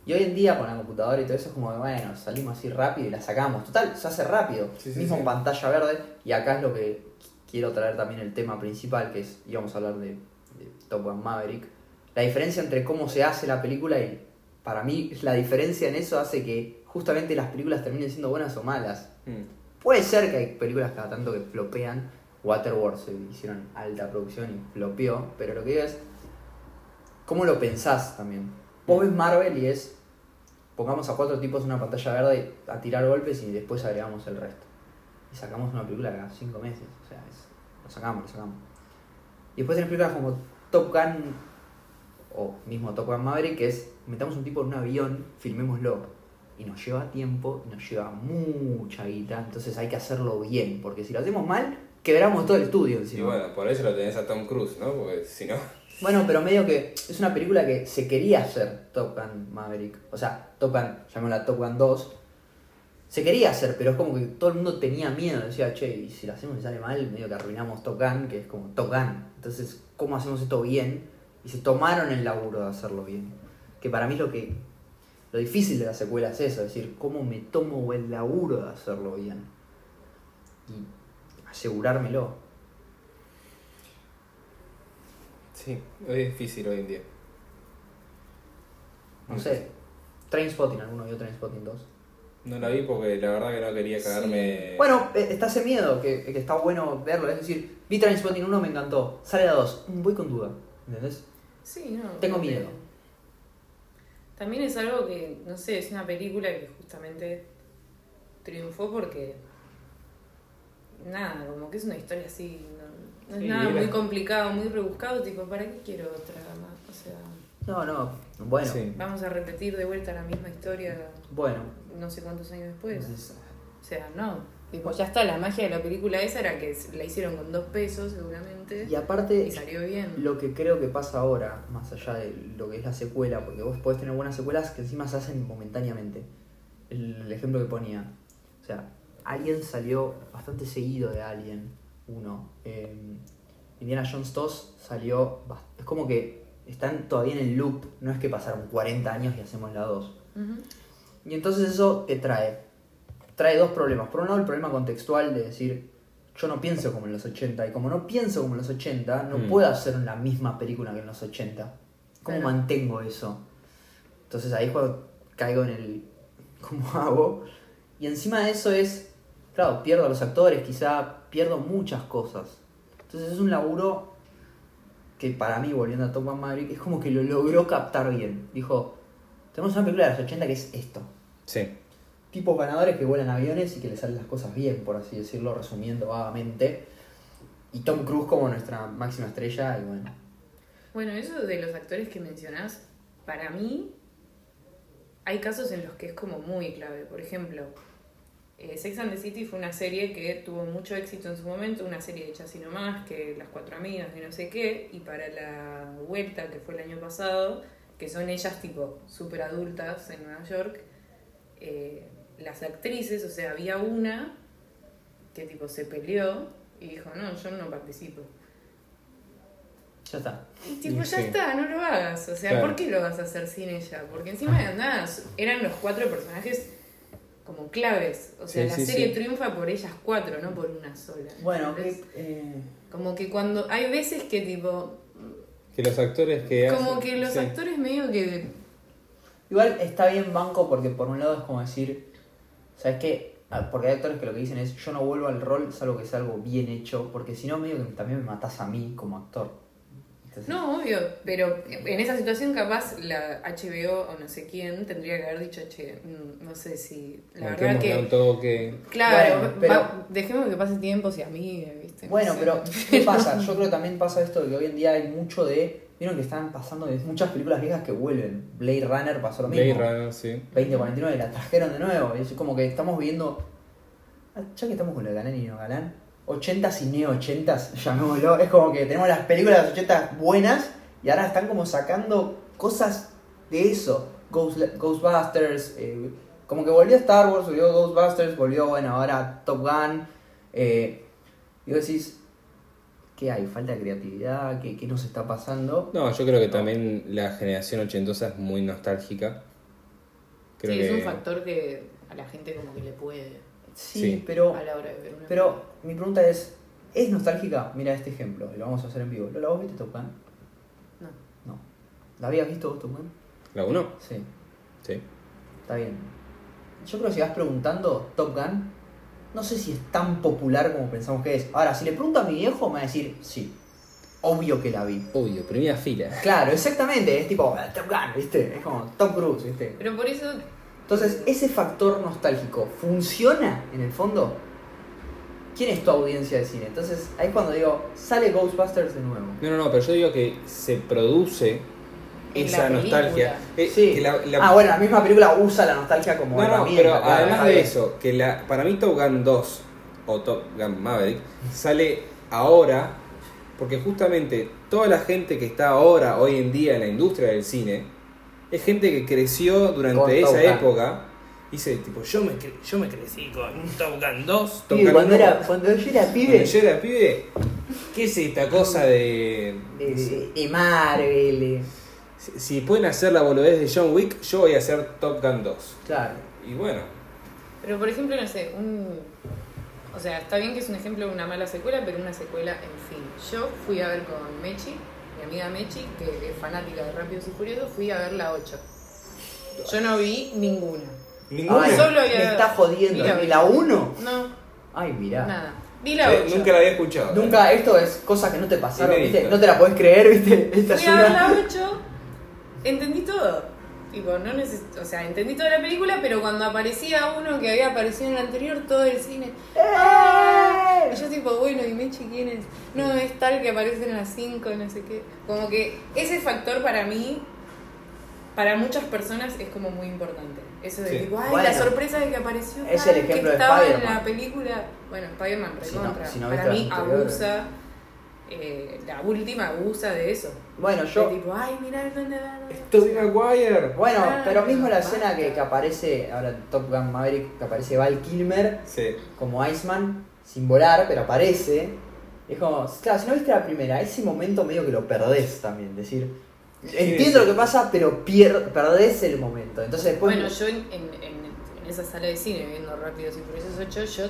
S2: Y hoy en día con la computadora y todo eso es como, bueno, salimos así rápido y la sacamos. Total, se hace rápido.
S3: Sí, sí,
S2: Mismo
S3: sí.
S2: en pantalla verde. Y acá es lo que quiero traer también el tema principal, que es, íbamos a hablar de, de Top Gun Maverick. La diferencia entre cómo se hace la película y para mí la diferencia en eso hace que justamente las películas terminen siendo buenas o malas.
S3: Mm.
S2: Puede ser que hay películas cada tanto que flopean. Waterworld se hicieron alta producción y flopeó, pero lo que digo es cómo lo pensás
S3: Mm.
S2: también. Vos ves Marvel y es pongamos a cuatro tipos en una pantalla verde a tirar golpes y después agregamos el resto. Y sacamos una película cada cinco meses, o sea, es- lo sacamos, lo sacamos. Y después tenés películas como Top Gun o mismo Top Gun Maverick, que es metamos un tipo en un avión, filmémoslo. Y nos lleva tiempo, y nos lleva mucha guita, entonces hay que hacerlo bien, porque si lo hacemos mal, quebramos todo el estudio
S3: Y
S2: encima.
S3: bueno, por eso lo tenés a Tom Cruise, ¿no? Porque si no.
S2: Bueno, pero medio que es una película que se quería hacer Top Gun Maverick. O sea, Top Gun, llamémosla Top Gun 2. Se quería hacer, pero es como que todo el mundo tenía miedo. Decía, che, y si la hacemos y sale mal, medio que arruinamos Top Gun, que es como Top Gun. Entonces, ¿cómo hacemos esto bien? Y se tomaron el laburo de hacerlo bien. Que para mí es lo que. Lo difícil de la secuela es eso, es decir, ¿cómo me tomo el laburo de hacerlo bien? Y asegurármelo.
S3: Sí, es difícil hoy en día.
S2: No sé. Trainspotting, alguno vio Trainspotting 2.
S3: No la vi porque la verdad que no quería cagarme.
S2: Bueno, eh, está ese miedo, que, que está bueno verlo. Es decir, vi Transpotting 1, me encantó. Sale la 2, mm, voy con duda. ¿Entendés?
S1: Sí, no.
S2: Tengo
S1: porque-
S2: miedo.
S1: También es algo que, no sé, es una película que justamente triunfó porque. Nada, como que es una historia así. No, no es
S3: Sí,
S1: nada
S3: era-
S1: muy complicado, muy rebuscado. Tipo, ¿para qué quiero otra más? O sea,
S2: No, no. Bueno,
S3: Sí.
S1: vamos a repetir de vuelta la misma historia
S2: bueno.
S1: no sé cuántos años después.
S2: Entonces,
S1: O sea, no. Tipo, ya está, la magia de la película esa era que la hicieron con dos pesos, seguramente.
S2: Y
S1: Y
S2: aparte,
S1: salió bien.
S2: lo que creo que pasa ahora, más allá de lo que es la secuela, porque vos podés tener buenas secuelas que encima se hacen momentáneamente. El, el ejemplo que ponía. O sea, Alien salió bastante seguido de Alien 1. Eh, Indiana Jones 2 salió. bast- Es como que están todavía en el loop. No es que pasaron 40 años y hacemos la 2.
S1: Ujú.
S2: Y entonces eso te trae. Trae dos problemas. Por un lado, el problema contextual de decir, yo no pienso como en los 80. Y como no pienso como en los 80, no
S3: Mm.
S2: puedo hacer la misma película que en los 80. ¿Cómo
S1: Claro.
S2: mantengo eso? Entonces ahí es cuando caigo en el ¿cómo hago? Y encima de eso es, claro, pierdo a los actores, quizá pierdo muchas cosas. Entonces es un laburo que para mí, volviendo a Top Gun Maverick, es como que lo logró captar bien. Dijo, tenemos una película de los 80 que es esto.
S3: Sí.
S2: Tipos ganadores que vuelan aviones y que les salen las cosas bien, por así decirlo, resumiendo vagamente. Y Tom Cruise como nuestra máxima estrella, y bueno.
S1: Bueno, eso de los actores que mencionás, para mí hay casos en los que es como muy clave. Por ejemplo, eh, Sex and the City fue una serie que tuvo mucho éxito en su momento, una serie hecha así nomás, que las cuatro amigas, que no sé qué, y para la vuelta que fue el año pasado, que son ellas tipo super adultas en Nueva York, eh, las actrices, o sea, había una que tipo se peleó y dijo, no, yo no participo.
S2: Ya está.
S1: Y tipo,
S3: Y
S1: ya
S3: sí.
S1: está, no lo hagas. O sea,
S3: Claro.
S1: ¿por qué lo vas a hacer sin ella? Porque encima de nada, eran los cuatro personajes como claves. O sea,
S3: Sí,
S1: la
S3: sí,
S1: serie
S3: sí.
S1: triunfa por ellas cuatro, no por una sola.
S2: Bueno,
S1: Entonces,
S2: que, eh,
S1: como que cuando. Hay veces que, tipo.
S3: Que los actores que.
S1: Como
S3: hacen-
S1: que los
S3: sí.
S1: actores medio que.
S2: Igual está bien banco porque por un lado es como decir, ¿sabes qué? Ah, Porque hay actores que lo que dicen es, yo no vuelvo al rol salvo que sea algo bien hecho, porque si no medio que también me matás a mí como actor. Entonces,
S1: No, obvio, pero en esa situación capaz la HBO o no sé quién tendría que haber dicho, che, mm, no sé si. La verdad
S3: Marquémosle
S1: que.
S3: un toque.
S1: Claro,
S2: Bueno, pero-
S1: va- dejemos que pase tiempo si amigas, ¿viste? No
S2: Bueno,
S1: sé.
S2: pero ¿qué pasa? Yo creo que también pasa esto de que hoy en día hay mucho de, vieron que están pasando de muchas películas viejas que vuelven. Blade Runner pasó lo mismo.
S3: Blade Runner, sí.
S2: 2049 la trajeron de nuevo. Es como que estamos viendo. ah, Ya que estamos con lo de galán y no galán, 80s y neo 80s, llamémoslo. Es como que tenemos las películas de los 80s buenas y ahora están como sacando cosas de eso. Ghost- Ghostbusters, eh, como que volvió Star Wars, volvió Ghostbusters, volvió, bueno, ahora Top Gun. Eh, y vos decís, ¿qué hay? ¿Falta de creatividad? ¿Qué, qué nos está pasando?
S3: No, yo creo que también la generación ochentosa es muy nostálgica. Creo
S1: sí,
S3: que
S1: es un factor que a la gente como que le puede
S2: Sí,
S3: Sí.
S2: pero.
S1: a la hora de ver una
S2: Pero mi pregunta es, ¿es nostálgica? Mira este ejemplo, y lo vamos a hacer en vivo. ¿Lola, vos viste Top Gun?
S1: No.
S2: No. ¿La habías visto vos Top Gun?
S3: ¿La uno?
S2: Sí,
S3: Sí.
S2: está bien. Yo creo que si vas preguntando Top Gun, no sé si es tan popular como pensamos que es. Ahora, si le pregunto a mi viejo, me va a decir, sí, obvio que la vi.
S3: Obvio, primera fila.
S2: Claro, exactamente, es tipo "Ah, Top Gun, ¿viste? Es como Tom Cruise, ¿viste?
S1: Pero por eso,
S2: Entonces, ese factor nostálgico, ¿funciona en el fondo? ¿quién es tu audiencia de cine? Entonces, ahí es cuando digo, sale Ghostbusters de nuevo.
S3: No, no, no, pero yo digo que se produce
S1: En
S3: esa
S1: la
S3: nostalgia. Eh,
S2: Sí.
S3: que la- la-
S2: Ah, bueno, la misma película usa la nostalgia como
S3: No, no,
S2: herramienta.
S3: pero
S2: claro,
S3: además
S2: está
S3: de
S2: bien.
S3: eso, que la, para mí Top Gun 2 o Top Gun Maverick sale ahora porque justamente toda la gente que está ahora, hoy en día en la industria del cine, es gente que creció durante
S2: Con Top
S3: esa
S2: Gun.
S3: época. Dice, tipo, yo me, cre- yo me crecí con Top Gun 2, Top
S2: Pibe,
S3: Gun
S2: cuando,
S3: 1.
S2: era, cuando yo era pibe,
S3: Cuando yo era pibe, ¿qué es esta cosa de...
S2: de, de- de eh, Marvel, de-
S3: Si, si pueden hacer la boludez de John Wick, yo voy a hacer Top Gun 2.
S2: claro.
S3: Y bueno,
S1: Pero por ejemplo, no sé, un. O sea, está bien que es un ejemplo de una mala secuela, pero una secuela, en fin. Yo fui a ver con Mechi, mi amiga Mechi, que es fanática de Rápidos y Furiosos, fui a ver la 8. Yo no vi ninguna.
S3: ninguno...
S2: Ay,
S1: Solo había-
S2: me está jodiendo.
S1: Mira.
S2: ¿Y la 1?
S1: No,
S2: Ay, mirá.
S1: nada. Vi la 8.
S3: Eh, Nunca la había escuchado.
S2: Nunca, esto es cosas que no te pasaron,
S3: Inédito.
S2: ¿viste? No te la podés creer, ¿viste? Esta es
S1: Fui a ver la
S2: una.
S1: 8, entendí todo. Tipo, no neces- o sea, entendí toda la película, pero cuando aparecía uno que había aparecido en la anterior, todo el cine.
S2: ¡Eh!
S1: ¡ah! Y yo tipo, bueno, ¿y Mechi quién es? No, es tal que aparece en las 5, no sé qué. Como que ese factor para mí, para muchas personas es como muy importante. Eso de
S3: Sí.
S1: tipo, ay,
S2: Bueno.
S1: la sorpresa de que apareció
S2: Es
S1: tal
S2: el ejemplo
S1: que
S2: de
S1: estaba en
S2: Spider-Man.
S1: la película. Bueno, Spider-Man
S2: Si no-
S1: recontra.
S2: si no
S1: para
S2: viste
S1: mí
S2: las anteriores.
S1: abusa, eh, la última abusa de eso.
S2: Bueno,
S1: Yo
S2: yo.
S1: tipo, ay, mirá dónde va. dónde va".
S3: Tobey Maguire.
S2: Bueno,
S1: Ah,
S2: pero mismo la
S1: basta.
S2: escena que, que aparece, ahora en Top Gun Maverick, que aparece Val Kilmer
S3: Sí.
S2: como Iceman, sin volar, pero aparece. Es como, claro, si no viste la primera, ese momento medio que lo perdés también. Decir, entiendo
S3: sí.
S2: lo que pasa, pero pier- perdés el momento. Entonces después.
S1: Bueno, yo en, en, en- en esa sala de cine viendo Rápidos y Furiosos 8, yo.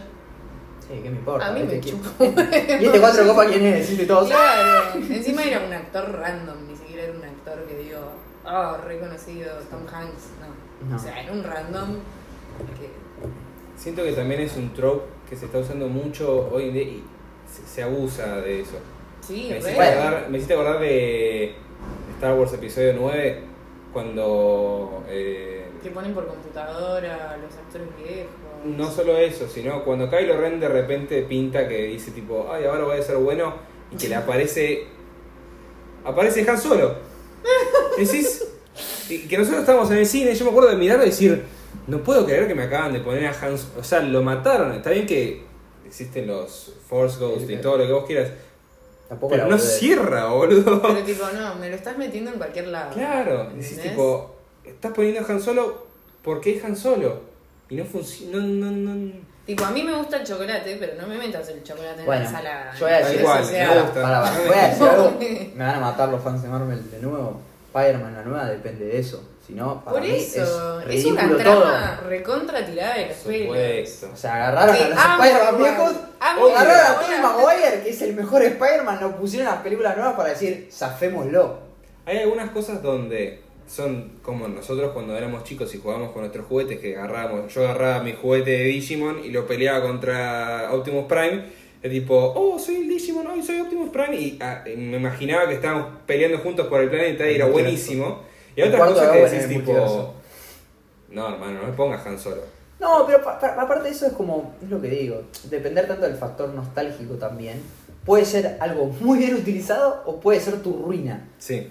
S2: Sí, ¿qué me importa?
S1: a mí me
S2: ¿Viste?
S1: chupó.
S2: ¿Y este cuatro copa quién es? ¿Hiciste todos?
S1: Claro, encima era un actor random, ni siquiera era un actor que digo, oh, reconocido, Tom Hanks, no.
S2: No.
S1: O sea, era un random que.
S3: Siento que también es un trope que se está usando mucho hoy en día y se, se abusa de eso.
S1: Sí,
S3: Me
S1: re.
S3: hiciste,
S2: Bueno.
S3: acordar, me hiciste acordar de Star Wars Episodio 9 cuando... eh,
S1: Que ponen por computadora los actores viejos.
S3: no solo eso, sino cuando Kylo Ren de repente pinta que dice tipo, ay, ahora voy a ser bueno, y que le aparece... Aparece Han Solo. Decís... y Que nosotros estábamos en el cine, yo me acuerdo de mirarlo y decir, no puedo creer que me acaban de poner a Han Solo. O sea, lo mataron. Está bien que existen los Force Ghosts y todo lo que vos quieras,
S2: Tampoco
S3: pero
S2: la
S3: no
S2: boludez.
S3: cierra, boludo.
S1: Pero tipo, no, me lo estás metiendo en cualquier lado.
S3: Claro, decís
S1: ¿Entendés?
S3: tipo, estás poniendo a Han Solo porque es Han Solo. Y no funciona. No, no, no.
S1: Tipo, a mí me gusta el chocolate, pero no me metas el chocolate en
S2: Bueno,
S1: la ensalada.
S2: yo voy a
S1: ¿entendés?
S2: decir-
S3: Igual,
S1: O
S3: me
S1: sea,
S3: gusta.
S2: Pará, pará, voy a decir algo. Me van a matar los fans de Marvel de nuevo. Spider-Man, la nueva, depende de eso. Si no, para
S1: por
S2: mí
S1: eso,
S2: es
S1: es,
S2: ridículo
S1: una
S2: todo.
S1: trama recontra tirada de las pelis.
S3: Supuesto.
S2: O sea, agarraron
S1: Sí,
S2: a los
S1: amo
S2: Spider-Man
S1: igual.
S2: viejos,
S1: Amo
S2: agarraron a
S1: igual.
S2: Tobey Maguire, que es el mejor Spider-Man, lo pusieron en las películas nuevas para decir, zafémoslo.
S3: Hay algunas cosas donde son como nosotros cuando éramos chicos y jugábamos con nuestros juguetes que agarrábamos. Yo agarraba mi juguete de Digimon y lo peleaba contra Optimus Prime. Es tipo, oh, soy el Digimon, hoy soy Optimus Prime. Y ah, y me imaginaba que estábamos peleando juntos por el planeta y era
S2: El multiverso.
S3: buenísimo. Y
S2: El
S3: hay otras
S2: cuarto
S3: cosas que
S2: Gabo en
S3: decís
S2: el
S3: tipo,
S2: multiverso.
S3: no, hermano, no me pongas Han Solo.
S2: No, pero pa- pa- aparte de eso es como, es lo que digo, depender tanto del factor nostálgico también, puede ser algo muy bien utilizado o puede ser tu ruina.
S3: Sí,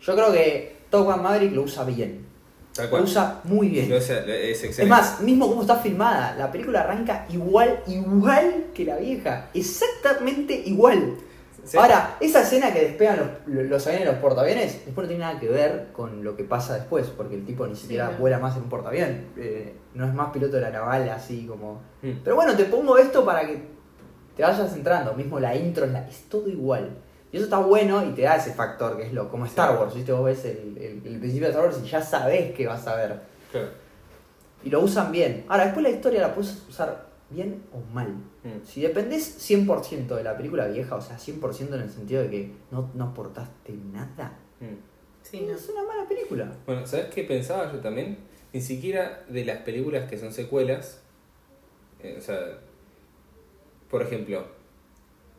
S2: Yo creo que Top Gun Maverick lo usa bien,
S3: tal
S2: lo
S3: cual.
S2: usa muy bien.
S3: Lo es, es excelente.
S2: Es más, mismo como está filmada, la película arranca igual, igual que la vieja. Exactamente igual.
S3: Sí.
S2: Ahora, esa escena que despegan los, lo- los aviones de los portaaviones, después no tiene nada que ver con lo que pasa después, porque el tipo ni siquiera
S1: no.
S2: vuela más en un portaavión. Eh, no es más piloto de la naval, así como.
S3: Mm.
S2: Pero bueno, te pongo esto para que te vayas entrando. Mismo la intro, la- es todo igual. Y eso está bueno y te da ese factor que es lo. Como Star Wars, ¿viste? Vos ves el, el- el principio de Star Wars y ya sabés que vas a ver.
S3: Claro.
S2: Y lo usan bien. Ahora, después la historia la puedes usar bien o mal.
S3: Mm.
S2: Si dependés 100% de la película vieja, o sea, 100% en el sentido de que no, no aportaste nada,
S3: Mm.
S1: Sí, no.
S2: es una mala película.
S3: Bueno, ¿sabes qué pensaba yo también? Ni siquiera de las películas que son secuelas. eh, o sea, por ejemplo,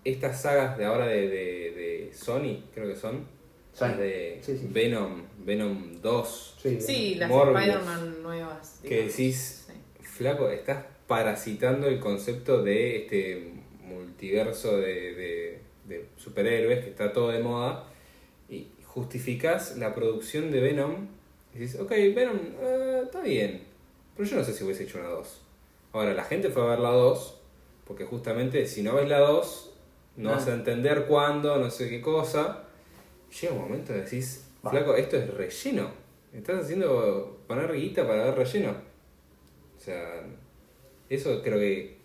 S3: estas sagas de ahora de, de- de Sony, creo que son.
S2: Sony.
S3: las de
S2: Sí, sí.
S3: Venom, Venom 2.
S1: Sí, las
S3: Morbius.
S1: Spider-Man nuevas.
S3: Que
S1: digamos.
S3: decís,
S1: Sí.
S3: Flaco, estás parasitando el concepto de este multiverso de, de- de superhéroes que está todo de moda y justificás la producción de Venom y dices, ok, Venom eh, está bien, pero yo no sé si hubiese hecho una 2. Ahora, la gente fue a ver la 2 porque justamente si no ves la 2 no
S2: Ah.
S3: vas a entender cuándo, no sé qué cosa. Llega un momento que decís,
S2: Va.
S3: flaco, esto es relleno. Estás haciendo poner guita para dar relleno. O sea, eso creo que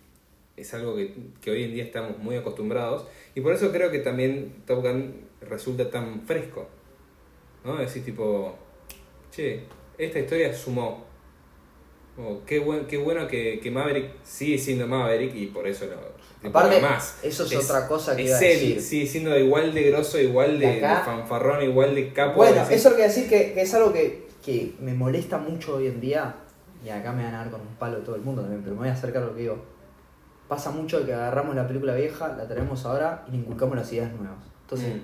S3: es algo que, que hoy en día estamos muy acostumbrados. Y por eso creo que también Top Gun resulta tan fresco. ¿No? Decís tipo, che, esta historia sumó. O, qué, buen, qué bueno que, que Maverick sigue siendo Maverick y por eso lo
S2: Aparte,
S3: lo más.
S2: eso es otra cosa que
S3: es
S2: iba a
S3: él,
S2: decir.
S3: sigue siendo igual de grosso, igual de,
S2: De acá.
S3: de fanfarrón, igual de capo.
S2: Bueno,
S3: decís,
S2: eso lo que decir que, que es algo que, que me molesta mucho hoy en día, y acá me van a dar con un palo todo el mundo también, pero me voy a acercar a lo que digo. Pasa mucho que agarramos la película vieja, la traemos ahora y le inculcamos las ideas nuevas. Entonces,
S3: mm.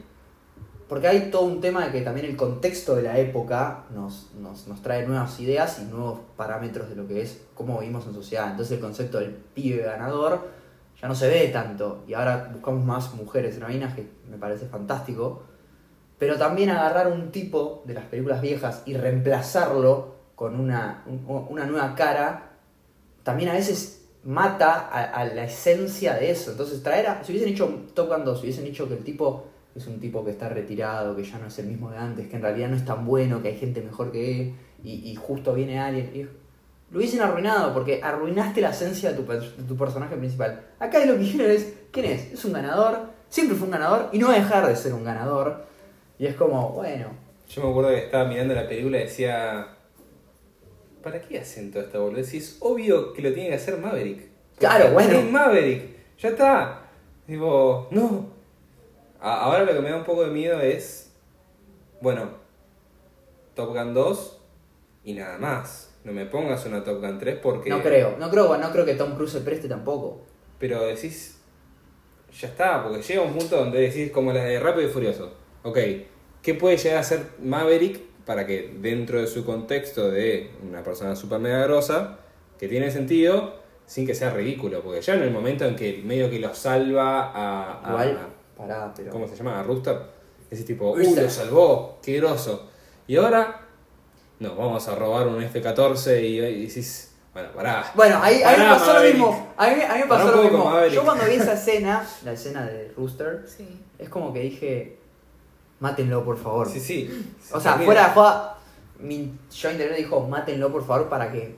S2: porque hay todo un tema de que también el contexto de la época nos, nos, nos trae nuevas ideas y nuevos parámetros de lo que es cómo vivimos en sociedad. Entonces el concepto del pibe ganador ya no se ve tanto. Y ahora buscamos más mujeres heroínas, que me parece fantástico. Pero también agarrar un tipo de las películas viejas y reemplazarlo con una, un- una nueva cara, también a veces mata a, a la esencia de eso. Entonces traer a... Si hubiesen hecho Top Gun 2, si hubiesen hecho que el tipo es un tipo que está retirado, que ya no es el mismo de antes, que en realidad no es tan bueno, que hay gente mejor que él, y, y justo viene alguien. y- lo hubiesen arruinado, porque arruinaste la esencia de tu, per- de tu personaje principal. Acá lo que hicieron es, ¿quién es? Es un ganador, siempre fue un ganador, y no va a dejar de ser un ganador. Y es como, bueno,
S3: Yo me acuerdo que estaba mirando la película y decía. ¿Para qué hacen toda esta boludez? Si es obvio que lo tiene que hacer Maverick.
S2: Claro, bueno.
S3: Es Maverick. Ya está. Digo, no. A- ahora lo que me da un poco de miedo es. Bueno, Top Gun 2 y nada más. No me pongas una Top Gun 3 porque.
S2: no creo, no creo, no creo que Tom Cruise se preste tampoco.
S3: Pero decís, ya está, porque llega un punto donde decís como las de Rápido y Furioso. Ok, ¿qué puede llegar a hacer Maverick para que dentro de su contexto de una persona super mega grosa, que tiene sentido, sin que sea ridículo? Porque ya en el momento en que medio que lo salva a... a-
S2: Igual, pará, pero.
S3: ¿Cómo se llama? A Rooster. Ese tipo, uy,
S2: Rooster.
S3: lo salvó, qué groso. Y ahora, no, vamos a robar un F-14 y, y decís, bueno, pará.
S2: Bueno, ahí, ahí me
S3: Pará,
S2: pasó
S3: Maverick.
S2: lo mismo. A mí, a mí me pasó
S3: Pará un
S2: lo
S3: poco,
S2: mismo.
S3: Maverick.
S2: Yo cuando vi esa escena, la escena de Rooster,
S1: Sí.
S2: es como que dije, mátenlo por favor.
S3: Sí, sí.
S2: O sea,
S3: Termina.
S2: fuera de joda, mi, yo interior dijo, mátenlo por favor para que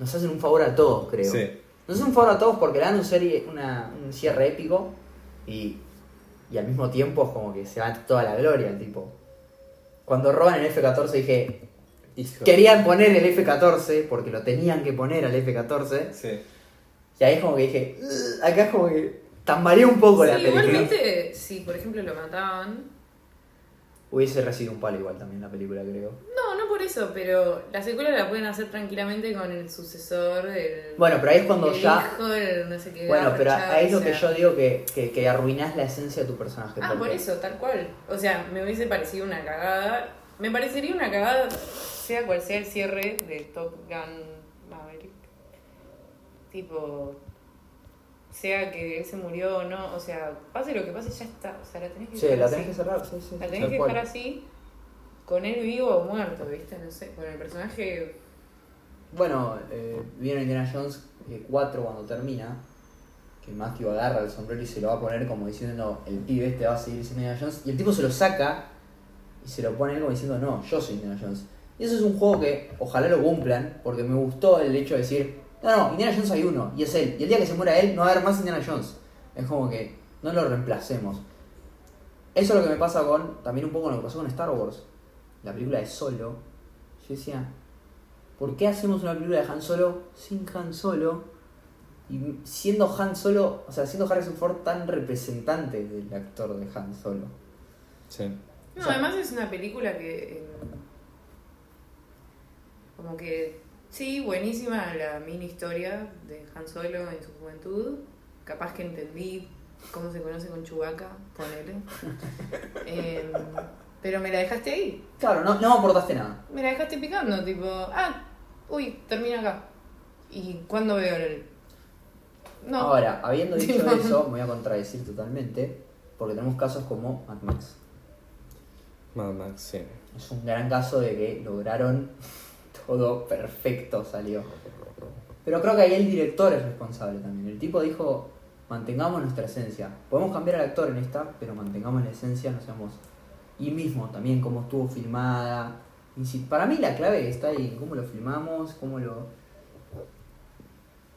S2: nos hacen un favor a todos, creo.
S3: Sí.
S2: Nos hacen un favor a todos porque le dan un, serie, una- un cierre épico y, y al mismo tiempo es como que se va toda la gloria el tipo. Cuando roban el F-14 dije,
S3: Hijo.
S2: querían poner el F-14 porque lo tenían que poner al F-14
S3: Sí.
S2: y ahí es como que dije, "Ugh", acá es como que tambaleé un poco la
S1: Sí,
S2: película.
S1: igualmente, si por ejemplo lo mataban,
S2: Hubiese recibido un palo igual también la película, creo.
S1: No, no por eso, pero la secuela la pueden hacer tranquilamente con el sucesor, el,
S2: Bueno, pero ahí es cuando
S1: el
S2: ya...
S1: hijo, el no sé qué.
S2: Bueno,
S1: garra,
S2: pero
S1: chao,
S2: ahí es
S1: o
S2: lo que
S1: sea.
S2: yo digo que, que, que arruinás la esencia de tu personaje.
S1: Ah, por
S2: porque-
S1: eso, tal cual. O sea, me hubiese parecido una cagada. Me parecería una cagada, sea cual sea el cierre de Top Gun Maverick. Tipo, sea que él se murió o no, o sea, pase lo que pase, ya está. O sea, la tenés que
S2: Sí,
S1: dejar
S2: la
S1: así.
S2: tenés que cerrar, sí, sí.
S1: La tenés
S2: tal
S1: que
S2: cual.
S1: dejar así, con él vivo o muerto, ¿viste? No sé, con el personaje
S2: Bueno, eh, vieron Indiana Jones eh, 4 cuando termina, que Matthew agarra el sombrero y se lo va a poner como diciendo, el pibe este va a seguir siendo Indiana Jones, y el tipo se lo saca y se lo pone como diciendo, no, yo soy Indiana Jones. Y eso es un juego que ojalá lo cumplan, porque me gustó el hecho de decir, no, no, Indiana Jones hay uno, y es él, y el día que se muera él no va a haber más Indiana Jones. Es como que no lo reemplacemos. Eso es lo que me pasa con, también un poco lo que pasó con Star Wars, la película de Solo. Yo decía, ¿por qué hacemos una película de Han Solo sin Han Solo? Y siendo Han Solo, o sea, siendo Harrison Ford tan representante del actor de Han Solo.
S3: Sí.
S1: No,
S2: O sea-
S1: además es una película que. eh, como que. Sí, buenísima la mini historia de Han Solo en su juventud. Capaz que entendí cómo se conoce con Chewbacca, ponele. Eh, pero me la dejaste ahí.
S2: Claro, no, no aportaste nada.
S1: Me la dejaste picando, tipo. Ah, uy, termina acá. ¿Y cuándo veo el.? No.
S2: Ahora, habiendo dicho
S1: No.
S2: eso, me voy a contradecir totalmente, porque tenemos casos como Mad Max.
S3: Mad Max, sí.
S2: Es un gran caso de que lograron todo perfecto, salió. Pero creo que ahí el director es responsable también. El tipo dijo, mantengamos nuestra esencia. Podemos cambiar al actor en esta, pero mantengamos la esencia, no seamos... Y mismo también cómo estuvo filmada. Insi- Para mí la clave está ahí, en cómo lo filmamos, cómo lo...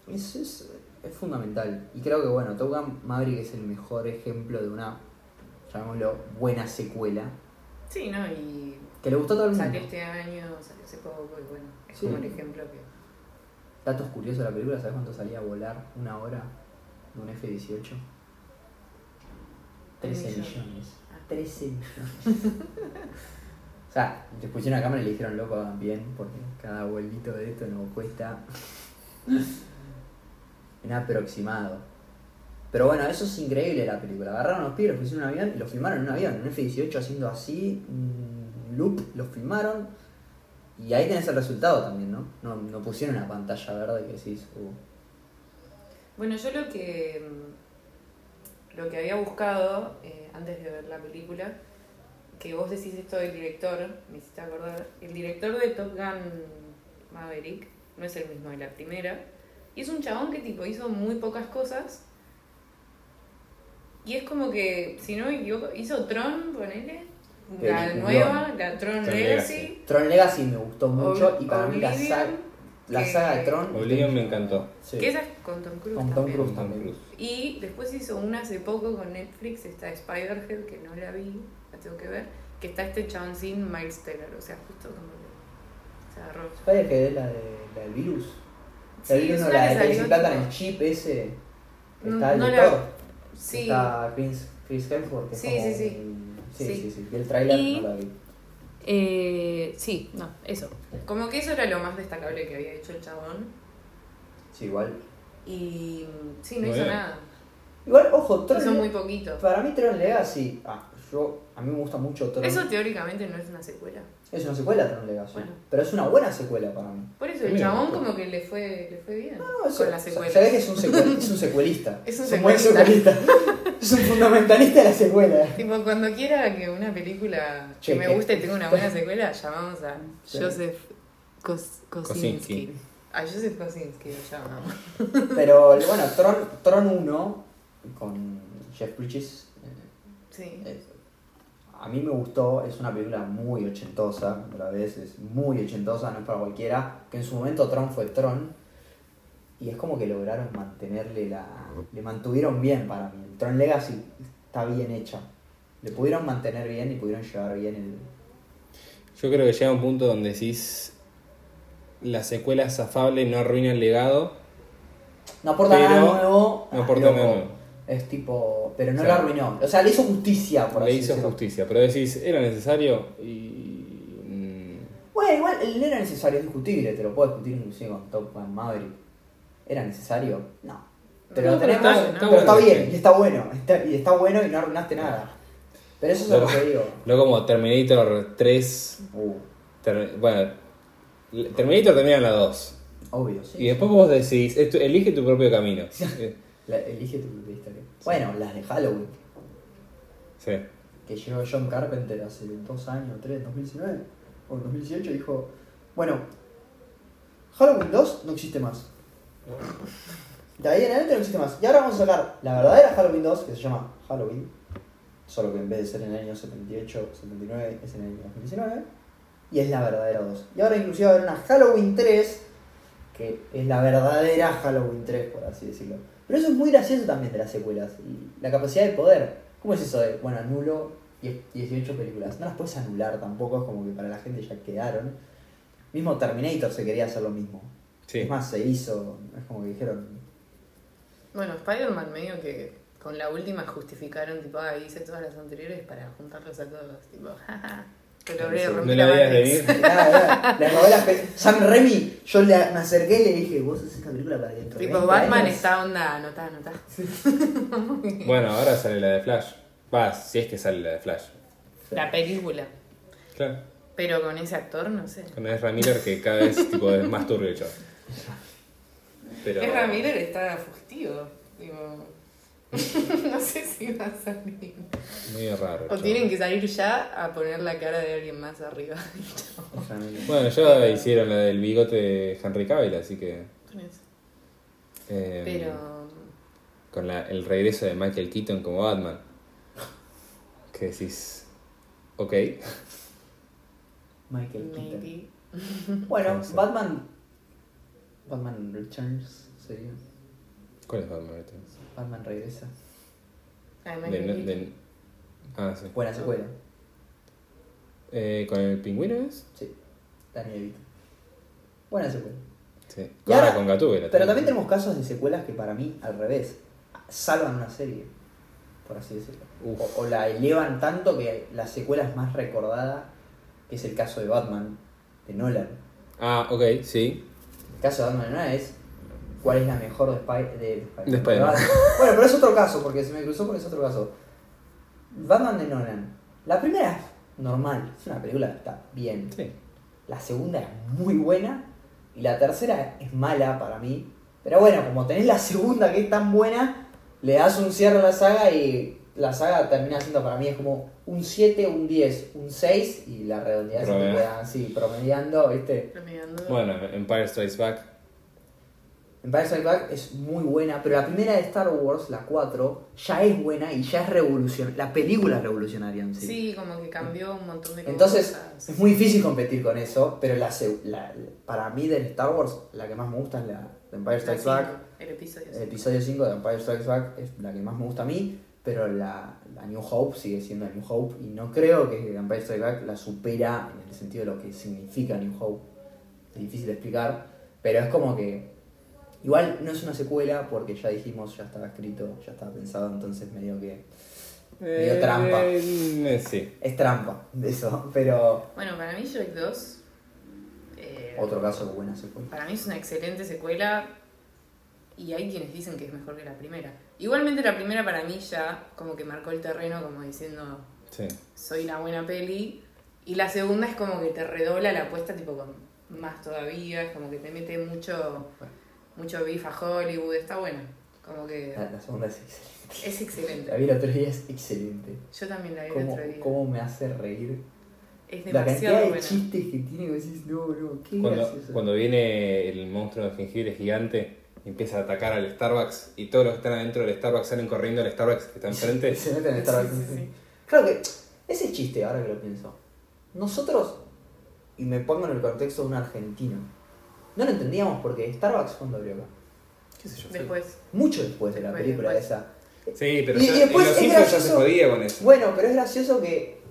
S2: Es, es, es fundamental. Y creo que, bueno, Top Gun Maverick es el mejor ejemplo de una, llamémoslo, buena secuela.
S1: Sí, ¿no? Y
S2: Que le gustó a todo el mundo.
S1: salió este año, salió hace poco, y bueno, es
S2: Sí.
S1: como el ejemplo que.
S2: Datos curiosos de la película, ¿sabes cuánto salía a volar una hora de un F-18? 13
S1: millones.
S2: millones.
S1: Ah.
S2: 13 millones. o sea, te pusieron la cámara y le dijeron, loco, hagan bien, porque cada vuelito de esto nos cuesta un aproximado. Pero bueno, eso es increíble de la película. Agarraron a los pibes, los pusieron en un avión y los filmaron en un avión, en un F-18 haciendo así, un loop, los filmaron. Y ahí tenés el resultado también, ¿no? No, no pusieron una pantalla verde que decís, uh,
S1: Bueno, yo lo que. mm, Lo que había buscado eh, antes de ver la película, que vos decís esto del director, me hiciste acordar. El director de Top Gun Maverick no es el mismo de la primera. Y es un chabón que tipo hizo muy pocas cosas. Y es como que, si no me equivoco, hizo Tron, ponele. La
S2: Peliculón.
S1: nueva, la Tron
S3: Tron
S1: Legacy.
S3: Legacy.
S2: Tron Legacy me gustó mucho
S1: Ob-
S2: y para mí la
S1: Oblivion,
S2: saga, la
S1: que-
S2: saga de Tron.
S3: Oblivion me encantó.
S2: Sí.
S1: Que esa es con Tom Cruise
S2: Con Tom
S1: también.
S2: Cruise
S3: Tom
S2: también.
S3: Cruise.
S1: Y después hizo una hace poco con Netflix, está Spider-Head, que no la vi, la tengo que ver, que está este chaboncín Miles Teller, o sea, justo como que se agarró.
S2: Spider que es la, de, la del virus. La
S1: Sí,
S2: del virus
S1: es
S2: no,
S1: una
S2: la
S1: que
S2: de que
S1: salió,
S2: se implantan
S1: tipo-
S2: el chip ese.
S1: No-
S2: Está el
S1: no
S2: de
S1: la-
S2: Thor.
S1: Sí,
S2: Está Chris, Chris Hemsworth. Que es
S1: Sí,
S2: como
S1: sí, sí.
S2: un- sí,
S1: Sí.
S2: sí, sí. Vi el trailer,
S1: Y-
S2: no la vi.
S1: eh, sí, no, eso. Como que eso era lo más destacable que había hecho el chabón.
S2: Sí, igual.
S1: Y mm, sí, no
S3: Muy
S1: hizo
S3: bien.
S1: nada.
S2: Igual, ojo, Tron.
S1: Hizo muy poquito.
S2: Para mí Tron Legacy. Ah, yo. A mí me gusta mucho Tron.
S1: Eso teóricamente no es una secuela.
S2: Es una secuela Tron Legacy.
S1: Bueno.
S2: Pero es una buena secuela para mí.
S1: Por eso el
S3: Mira,
S1: chabón
S3: pues.
S1: como que le fue, le fue bien
S2: No, es-
S1: con las
S2: se-
S1: secuelas.
S2: se ve que es un, secue- es un secuelista.
S1: Es un
S2: buen
S1: secuelista.
S2: secuelista. es un fundamentalista de la secuela.
S1: Tipo, cuando quiera que una película
S2: Che,
S1: que me
S2: que-
S1: guste y tenga una buena secuela, llamamos a
S2: Sí.
S1: Joseph Kos- Kosinski.
S3: Kosinski.
S1: A Joseph Kosinski lo llamamos.
S2: Pero bueno, Tron, Tron 1 con Jeff Bridges. eh,
S1: Sí.
S2: eh, a mí me gustó, es una película muy ochentosa, otra vez, es muy ochentosa, no es para cualquiera. Que en su momento Tron fue Tron. Y es como que lograron mantenerle la. Le mantuvieron bien para mí. El Tron Legacy está bien hecha. Le pudieron mantener bien y pudieron llevar bien el.
S3: Yo creo que llega un punto donde decís. La secuela es afable, no arruina el legado.
S2: No aporta
S3: Pero
S2: nada nuevo.
S3: no
S2: ah,
S3: aporta
S2: loco.
S3: nada nuevo.
S2: Es tipo. Pero no
S3: O sea,
S2: la arruinó. O sea, le hizo justicia, por
S3: Le
S2: así
S3: hizo
S2: decirlo.
S3: justicia. Pero decís, era necesario y. mm,
S2: Bueno, igual el era necesario, es discutible, te lo puedo discutir inclusive con Top Gun Maverick. ¿Era necesario? No. Pero,
S1: No,
S2: lo
S1: pero
S2: tenemos,
S1: está-
S2: pero
S1: está
S2: está,
S3: bueno que
S2: bien,
S3: esté.
S2: y está bueno, está- y está bueno y no arruinaste nada. Pero eso es lo
S3: Loco.
S2: que digo.
S3: No como Terminator 3.
S2: Uh,
S3: ter- bueno, Terminator termina en la 2.
S2: obvio, sí.
S3: Y después vos decís, es tu- elige tu propio camino. Eh,
S2: La- elige tu propia historia. Bueno, las de Halloween,
S3: sí.
S2: que llegó John Carpenter hace dos años, tres, 2019 o 2018, dijo: Bueno, Halloween 2 no existe más. De ahí en adelante no existe más. Y ahora vamos a sacar la verdadera Halloween 2, que se llama Halloween. Solo que en vez de ser en el año 78, 79, es en el año 2019. Y es la verdadera 2. Y ahora inclusive va a haber una Halloween 3, que es la verdadera Halloween 3, por así decirlo. Pero eso es muy gracioso también de las secuelas. Y la capacidad de poder. ¿Cómo es eso de, bueno, anulo 10 18 películas? No las puedes anular tampoco, es como que para la gente ya quedaron. Mismo Terminator se quería hacer lo mismo.
S3: Sí.
S2: Es más, se hizo, es como que dijeron,
S1: Bueno, Spider-Man medio que con la última justificaron, tipo, ah, hice todas las anteriores para juntarlos a todos. Tipo, jaja. Te lo voy a
S2: Sí,
S3: No
S1: romper
S3: la
S1: la
S3: veías
S1: matriz.
S3: venir.
S2: Nada, nada. "Ah, Le robé las pe- Sam Remy, yo le, me acerqué y le dije, vos haces esta película para ¿eh? dentro. de
S1: Tipo,
S2: 20
S1: Batman
S2: años?".
S1: está onda, anotá, anotá.
S3: Bueno, ahora sale la de Flash. Va, si es que sale la de Flash.
S1: La película.
S3: Claro.
S1: Pero con ese actor, no sé.
S3: Con Ezra Miller que cada vez tipo, es más turbio el chabón. Pero,
S1: Ezra Miller está fugitivo. Digo, no sé si va a salir.
S4: Muy raro.
S1: O
S4: chavo.
S1: tienen que salir ya a poner la cara de alguien más arriba.
S2: Ezra Miller.
S4: Bueno, ya hicieron la del bigote de Henry Cavill, así que. eh,
S1: Pero.
S4: Con la- el regreso de Michael Keaton como Batman. Que decís. Ok.
S2: Michael Keaton.
S1: Maybe.
S2: Bueno,
S4: Puede ser.
S2: Batman. Batman Returns sería.
S4: ¿Cuál es Batman Returns?
S2: Batman regresa.
S1: Además,
S4: De-
S1: Maybe.
S4: de- ah, sí.
S2: Buena secuela.
S4: Eh, ¿Con el pingüino es?
S2: Sí. Daniel Vito. Buena secuela.
S4: Sí.
S2: Y
S4: Ahora
S2: ahora-
S4: con Gatúbela.
S2: Pero también tenemos casos de secuelas que para mí, al revés, salvan una serie, por así decirlo.
S4: Uf.
S2: O, o la elevan tanto que la secuela es más recordada, que es el caso de Batman, de Nolan.
S4: Ah, ok, sí.
S2: El caso de Batman de Nolan es cuál es la mejor de, Spy- de, Spider-Man.
S4: De Spider-Man.
S2: Bueno, pero es otro caso, porque se me cruzó porque es otro caso. Batman de Nolan. La primera es normal, es una película que está bien.
S4: Sí.
S2: La segunda es muy buena. Y la tercera es mala para mí. Pero bueno, como tenés la segunda que es tan buena, le das un cierre a la saga y la saga termina siendo para mí es como un 7, un 10, un 6 y la redondeás y te
S4: Promedio.
S2: quedan así, promediando, ¿viste?
S1: Promediando.
S4: Bueno, Empire Strikes Back.
S2: Empire Strikes Back es muy buena, pero la primera de Star Wars, la 4, ya es buena y ya es revolucionaria. La película es revolucionaria en sí.
S1: Sí, como que cambió un montón de cosas.
S2: Entonces, es muy difícil competir con eso, pero la, seg- la- la- para mí del Star Wars, la que más me gusta es la de Empire
S1: La
S2: Strikes
S1: cinco,
S2: Back.
S1: El episodio.
S2: El episodio 5 de Empire Strikes Back es la que más me gusta a mí, pero la, la New Hope sigue siendo New Hope y no creo que Empire Strikes Back la supera en el sentido de lo que significa New Hope. Es difícil de explicar, pero es como que igual no es una secuela porque ya dijimos, ya estaba escrito, ya estaba pensado, entonces medio que Medio trampa.
S4: eh, sí.
S2: es trampa de eso, pero
S1: Bueno, para mí Shrek 2. eh,
S2: otro caso de buena secuela.
S1: Para mí es una excelente secuela y hay quienes dicen que es mejor que la primera. Igualmente la primera para mí ya como que marcó el terreno como diciendo
S4: Sí.
S1: soy una buena peli y la segunda es como que te redobla la apuesta tipo con más todavía, es como que te mete mucho mucho beef a Hollywood, está buena. Como que
S2: Ah, La, la segunda es excelente.
S1: es
S2: La
S1: excelente.
S2: vi el otro día, es excelente.
S1: Yo también la vi el
S2: ¿Cómo,
S1: otro día.
S2: cómo me hace reír?
S1: Es
S2: La cantidad
S1: demasiado
S2: de
S1: buena.
S2: chistes que tiene, que decís, no, no, qué
S4: Cuando,
S2: gracioso.
S4: cuando viene el monstruo de jengibre gigante y empieza a atacar al Starbucks y todos los que están adentro del Starbucks salen corriendo al Starbucks que está enfrente.
S2: Se meten en Starbucks.
S1: Sí, sí, sí.
S2: Claro que ese es chiste, ahora que lo pienso. Nosotros, y me pongo en el contexto de un argentino, no lo entendíamos porque Starbucks cuando abrió acá.
S4: ¿Qué sé yo?
S1: Después,
S2: Mucho después de la
S1: Después,
S2: película
S1: después.
S2: esa.
S4: Sí, pero
S2: Y-
S4: ya,
S2: y después
S4: en los
S2: es
S4: Simpsons ya se
S2: gracioso.
S4: jodía con eso.
S2: Bueno, pero es gracioso que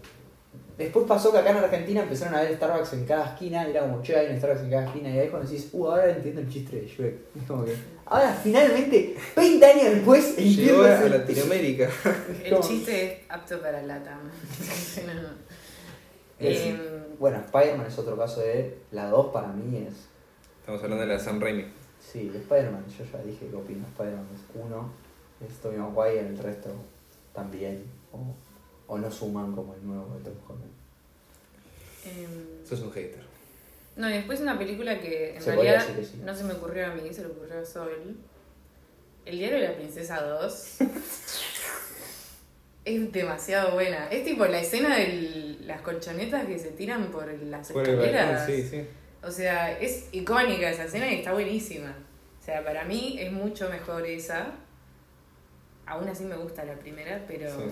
S2: después pasó que acá en Argentina empezaron a ver Starbucks en cada esquina, y era como, che, hay un Starbucks en cada esquina, y ahí es cuando decís, uh, ahora entiendo el chiste de Shrek. Es como que, ahora finalmente, 20 años después,
S3: Llegó
S2: entiendo
S3: a
S2: ese-
S3: Latinoamérica.
S1: el chiste es apto para la tama.
S2: Es-
S1: Em,
S2: Bueno, Spider-Man es otro caso de, la 2 para mí es
S3: Estamos hablando de la Sam Raimi.
S2: Sí, Spider-Man, yo ya dije que opino. Spider-Man es uno, es Tobey Maguire, el resto también. O, o no suman como el nuevo de Tom Holland.
S1: em,
S3: Sos un hater.
S1: No, y después una película que en
S2: Se podría
S1: realidad
S2: decir que sí.
S1: no se me ocurrió a mí, se le ocurrió a Sol. El diario de la princesa 2 es demasiado buena. Es tipo la escena de las colchonetas que se tiran por las
S4: Por el
S1: escaleras.
S4: balcón, sí, sí.
S1: O sea, es icónica esa escena y está buenísima. O sea, para mí es mucho mejor esa. Aún así me gusta la primera, pero...
S3: Sí.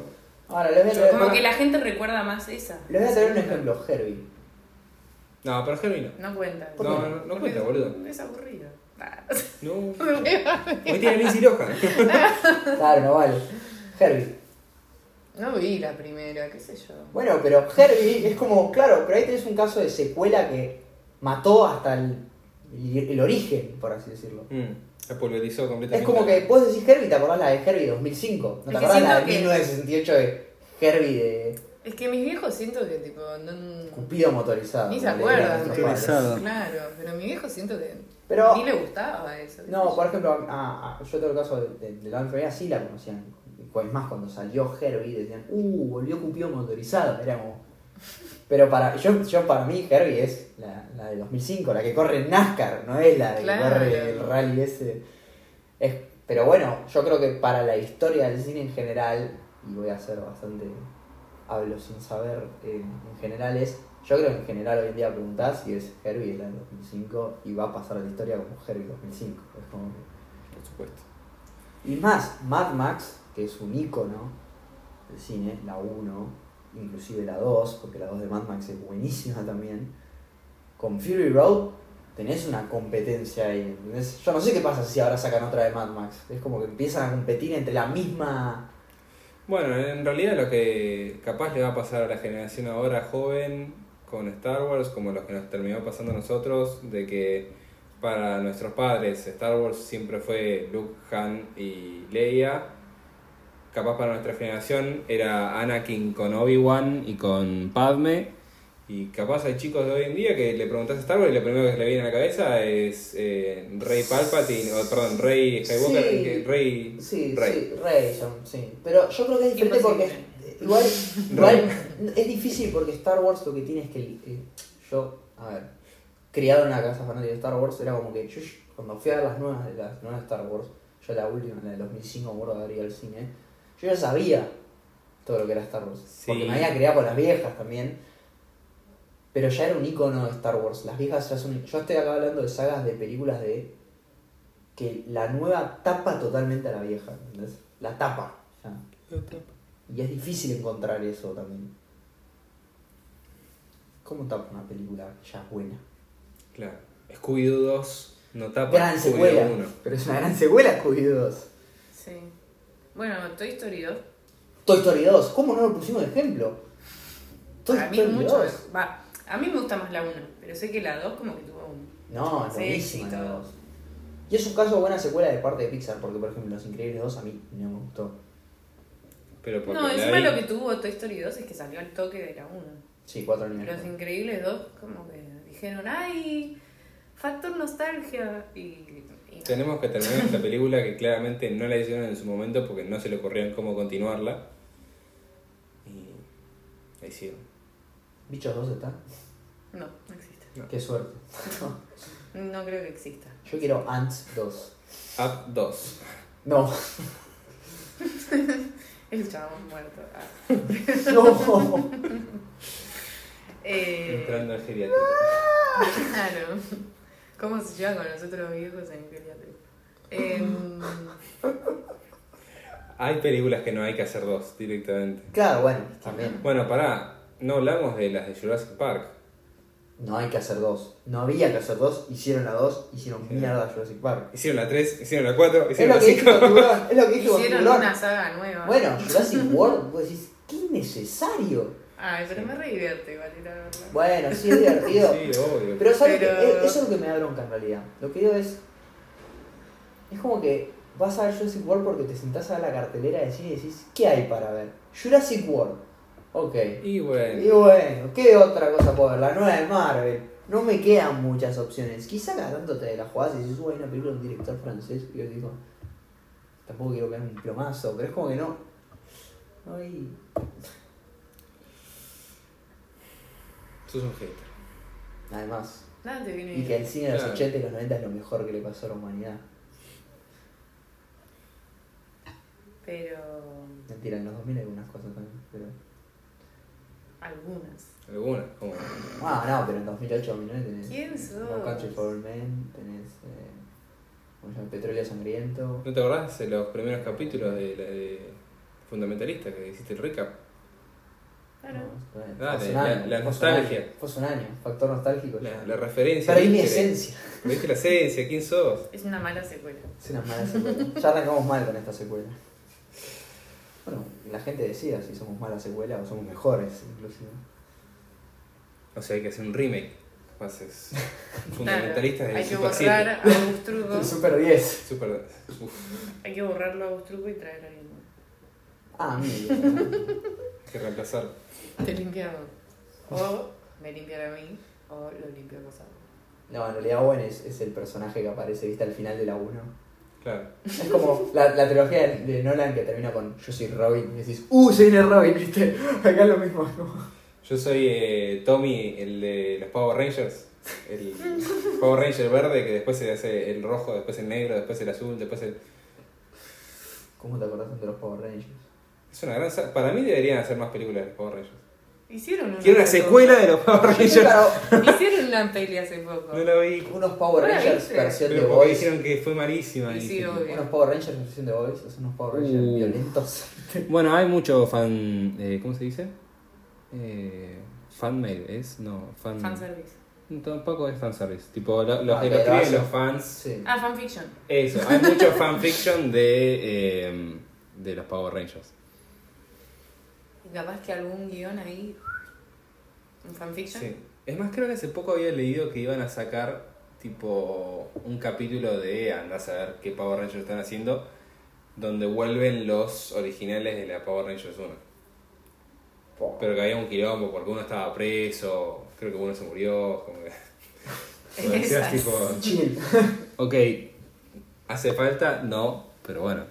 S2: Ahora, les voy a traer,
S1: Como que la gente recuerda más esa.
S2: les voy a traer un ejemplo, Herbie.
S3: No, pero Henry no.
S1: No cuenta.
S2: ¿Por
S3: No, no, no, cuenta, boludo.
S1: Es aburrido. Ah.
S3: No. Hoy tiene Lindsay Lohan.
S2: Claro, no vale. Herbie.
S1: No vi la primera, qué sé yo.
S2: Bueno, pero Herbie es como, claro, pero ahí tenés un caso de secuela que mató hasta el, el origen, por así decirlo.
S3: Mm, La pulverizó
S2: Es
S3: completamente.
S2: como que vos decís Herbie, te acordás la de Herbie 2005. No
S1: Es
S2: te
S1: que
S2: acordás la de
S1: siento que-
S2: 1968 de Herbie de...
S1: Es que mis viejos siento que tipo no
S2: Cupido motorizado.
S1: ni se
S2: como le dirían
S1: acuerdan.
S2: nuestros
S1: tipo,
S2: padres.
S4: Motorizado.
S1: Claro, pero mi viejo siento que
S2: Pero-
S1: ni le gustaba eso.
S2: No, por ejemplo, a- a- yo tengo el caso de, de- de la enfermedad, sí la conocían. Es más, cuando salió Herbie decían, uh, volvió Cupido motorizado. Era como... Pero para, yo, yo para mí Herbie es la, la de 2005, la que corre en NASCAR, no es la de
S1: Claro.
S2: que corre el rally ese. Es, pero bueno, yo creo que para la historia del cine en general, y voy a ser bastante. hablo sin saber, eh, en general es. Yo creo que en general hoy en día preguntás si es Herbie la del 2005 y va a pasar a la historia como Herbie 2005. Es como que-
S3: por supuesto.
S2: y más, Mad Max, que es un ícono del cine, la 1, inclusive la 2, porque la 2 de Mad Max es buenísima también. Con Fury Road tenés una competencia ahí, ¿entendés? Yo no sé qué pasa si ahora sacan otra de Mad Max. Es como que empiezan a competir entre la misma...
S3: Bueno, en realidad lo que capaz le va a pasar a la generación ahora joven con Star Wars, como lo que nos terminó pasando a nosotros, de que para nuestros padres Star Wars siempre fue Luke, Han y Leia. Capaz para nuestra generación era Anakin con Obi-Wan y con Padme. Y capaz hay chicos de hoy en día que le preguntas a Star Wars y lo primero que se le viene a la cabeza es eh, Rey Palpatine, o, perdón, Rey Skywalker,
S2: Sí.
S3: que- Rey...
S2: Sí,
S3: Rey.
S2: sí, Rayson, sí. Pero yo creo que es diferente
S1: Imposible.
S2: porque... Igual, igual es difícil porque Star Wars lo que tiene es que... eh, yo, a ver, criado en una casa fanática de Star Wars, era como que yo, yo- cuando fui a ver las nuevas, de las nuevas Star Wars, yo la última, la del 2005, me acuerdo de haber ido al cine, yo ya sabía todo lo que era Star Wars. Porque
S3: Sí.
S2: me había criado con las viejas también. Pero ya era un icono de Star Wars. Las viejas ya son. Yo estoy acá hablando de sagas de películas de. que la nueva tapa totalmente a la vieja. ¿entendés? La tapa. ya. Y es difícil encontrar eso también. ¿Cómo tapa una película ya buena?
S3: Claro. Scooby-Doo 2 no tapa
S2: Gran secuela.
S3: Scooby-Doo 1.
S2: Pero es una gran secuela, Scooby-Doo 2.
S1: Sí. Bueno, Toy Story 2.
S2: Toy Story 2. ¿Cómo no lo pusimos de ejemplo? Toy
S1: a mí
S2: Story
S1: mucho.
S2: 2.
S1: Va, a mí me gusta más la 1, pero sé que la 2 como que tuvo un.
S2: No, es
S1: Sí,
S2: buenísima
S1: sí,
S2: la
S1: todo.
S2: 2. Y es un caso de buena secuela de parte de Pixar, porque por ejemplo Los Increíbles 2 a mí no me gustó.
S3: Pero porque
S1: No,
S3: la
S1: encima
S3: vi-
S1: lo que tuvo Toy Story 2 es que salió al toque de la 1.
S2: Sí, cuatro años.
S1: Los Increíbles 2 como que dijeron, ¡ay! Factor nostalgia. Y, y no.
S3: Tenemos que terminar esta película que claramente no la hicieron en su momento porque no se le ocurrían cómo continuarla. Y la hicieron.
S2: Bichos 2 está.
S1: no, no existe.
S2: Qué suerte.
S1: No creo que exista.
S2: Yo quiero Ants 2.
S3: Up 2.
S2: No.
S1: El chabón muerto. Ah.
S2: No.
S1: Eh,
S3: Entrando al geriátrico.
S1: Claro. ¿Cómo se llevan con los otros viejos en geriátrico? Em,
S3: Hay películas que no hay que hacer dos directamente.
S2: Claro, bueno, también.
S3: Bueno, pará. No hablamos de las de Jurassic Park.
S2: No hay que hacer dos. No había que hacer dos, hicieron la 2, hicieron mierda Jurassic Park.
S3: Hicieron la 3, hicieron la 4,
S2: Es
S3: hicieron
S2: lo
S3: la
S2: que dije
S3: 5.
S2: con Tiburón, es lo que dije con
S1: hicieron
S2: Tiburón.
S1: una saga nueva.
S2: Bueno, Jurassic World, vos decís, qué innecesario.
S1: Ay, pero me re divierte igual, la verdad.
S2: Bueno, sí es divertido.
S3: Sí, obvio.
S2: Pero ¿sabes
S1: Pero-
S2: qué? E- Eso es lo que me da bronca en realidad. Lo que digo es. Es como que vas a ver Jurassic World porque te sentás a ver la cartelera de cine y decís, ¿qué hay para ver? Jurassic World. Ok.
S3: Y
S2: Y
S3: bueno.
S2: bueno, ¿qué otra cosa puedo ver? La nueva de Marvel. No me quedan muchas opciones. Quizá cada tanto te la jugás y dices, "Uy, hay una película de un director francés. Y yo digo, tampoco quiero ver un plomazo, pero es como que no. No hay.
S3: Sos un hater.
S2: Además.
S1: Nada te viene
S2: Y que el cine de los
S3: Claro.
S2: 80 y los 90 es lo mejor que le pasó a la humanidad.
S1: Pero. mm,
S2: Mentira, en los 2000 hay algunas cosas también, pero...
S1: Algunas.
S3: Algunas, como.
S2: Ah, no, pero en 2008, 2009 tenés...
S1: ¿Quién sos?
S2: No Country for Old Men, tenés... Eh, ¿Cómo se llama? Petróleo Sangriento.
S3: ¿No te acordás de los primeros capítulos de, la de Fundamentalista que hiciste el recap?
S1: Claro.
S2: No, bueno,
S3: Dale,
S2: fue hace un
S3: la-
S2: año, fue
S3: la
S2: hace un año,
S3: nostalgia.
S2: Fue hace un año, factor nostálgico.
S3: La,
S2: ya.
S3: la referencia.
S2: Perdí mi
S3: ¿viste?
S2: esencia.
S3: ¿Viste la esencia? ¿Quién sos?
S1: Es una mala secuela.
S2: Es una mala secuela. ya arrancamos mal con esta secuela. Bueno, la gente decida si somos mala secuela o somos mejores, inclusive.
S3: O sea, hay que hacer un remake. Capaz es Fundamentalista
S1: Claro,
S3: de
S1: Hay que
S3: Super
S1: borrar
S3: 7.
S1: a Augustruco.
S2: El Super 10.
S3: Super. Uf,
S1: Hay que borrarlo a Augustruco y traer a alguien. nuevo.
S2: Ah, mira.
S3: hay que reemplazar.
S1: Te limpiamos. O me limpian a mí, o lo limpio a pasado.
S2: No, en realidad Owen es, es el personaje que aparece, viste, al final de la 1.
S3: Claro.
S2: Es como la, la trilogía de- de Nolan que termina con Yo soy Robin. Y decís, ¡Uh, se viene Robin! ¿Viste? Acá es lo mismo. ¿no?
S3: Yo soy eh, Tommy, el de los Power Rangers. El Power Ranger verde que después se hace el rojo, después el negro, después el azul, después el.
S2: ¿Cómo te acordás de los Power Rangers?
S3: Es una gran. sa- Para mí deberían hacer más películas de los Power Rangers.
S1: Hicieron una,
S3: Quiero una
S1: hace
S3: secuela de los Power Rangers.
S1: poco. Hicieron una peli hace poco.
S3: No la vi.
S2: Unos Power
S1: Ahora
S2: Rangers
S1: viste.
S2: versión de
S3: Pero porque
S2: Boys.
S3: dijeron que fue malísima.
S1: Y
S3: y-
S1: sí, obvio.
S2: Unos Power Rangers versión de Boys. Son unos Power Rangers
S3: Uh.
S2: violentos.
S3: Bueno, hay mucho fan. eh, ¿Cómo se dice? Eh, fan mail, ¿es? No, fan.
S1: Fanservice.
S3: Tampoco es fanservice. Tipo, lo- los
S2: Ah,
S3: que lo
S2: pedazo.
S3: escriben los fans.
S2: Sí.
S1: Ah, fanfiction.
S3: Eso, hay mucho fanfiction de, eh, de los Power Rangers.
S1: Y capaz que algún guión ahí. Un fanfiction.
S3: Sí. Es más, creo que hace poco había leído que iban a sacar tipo un capítulo de andás a ver qué Power Rangers están haciendo, donde vuelven los originales de la Power Rangers 1.
S2: Po.
S3: Pero que había un quilombo porque uno estaba preso, creo que uno se murió. Como que... Como
S1: Esas.
S3: decías, tipo,
S2: Chill.
S3: ok, ¿hace falta? No, pero bueno.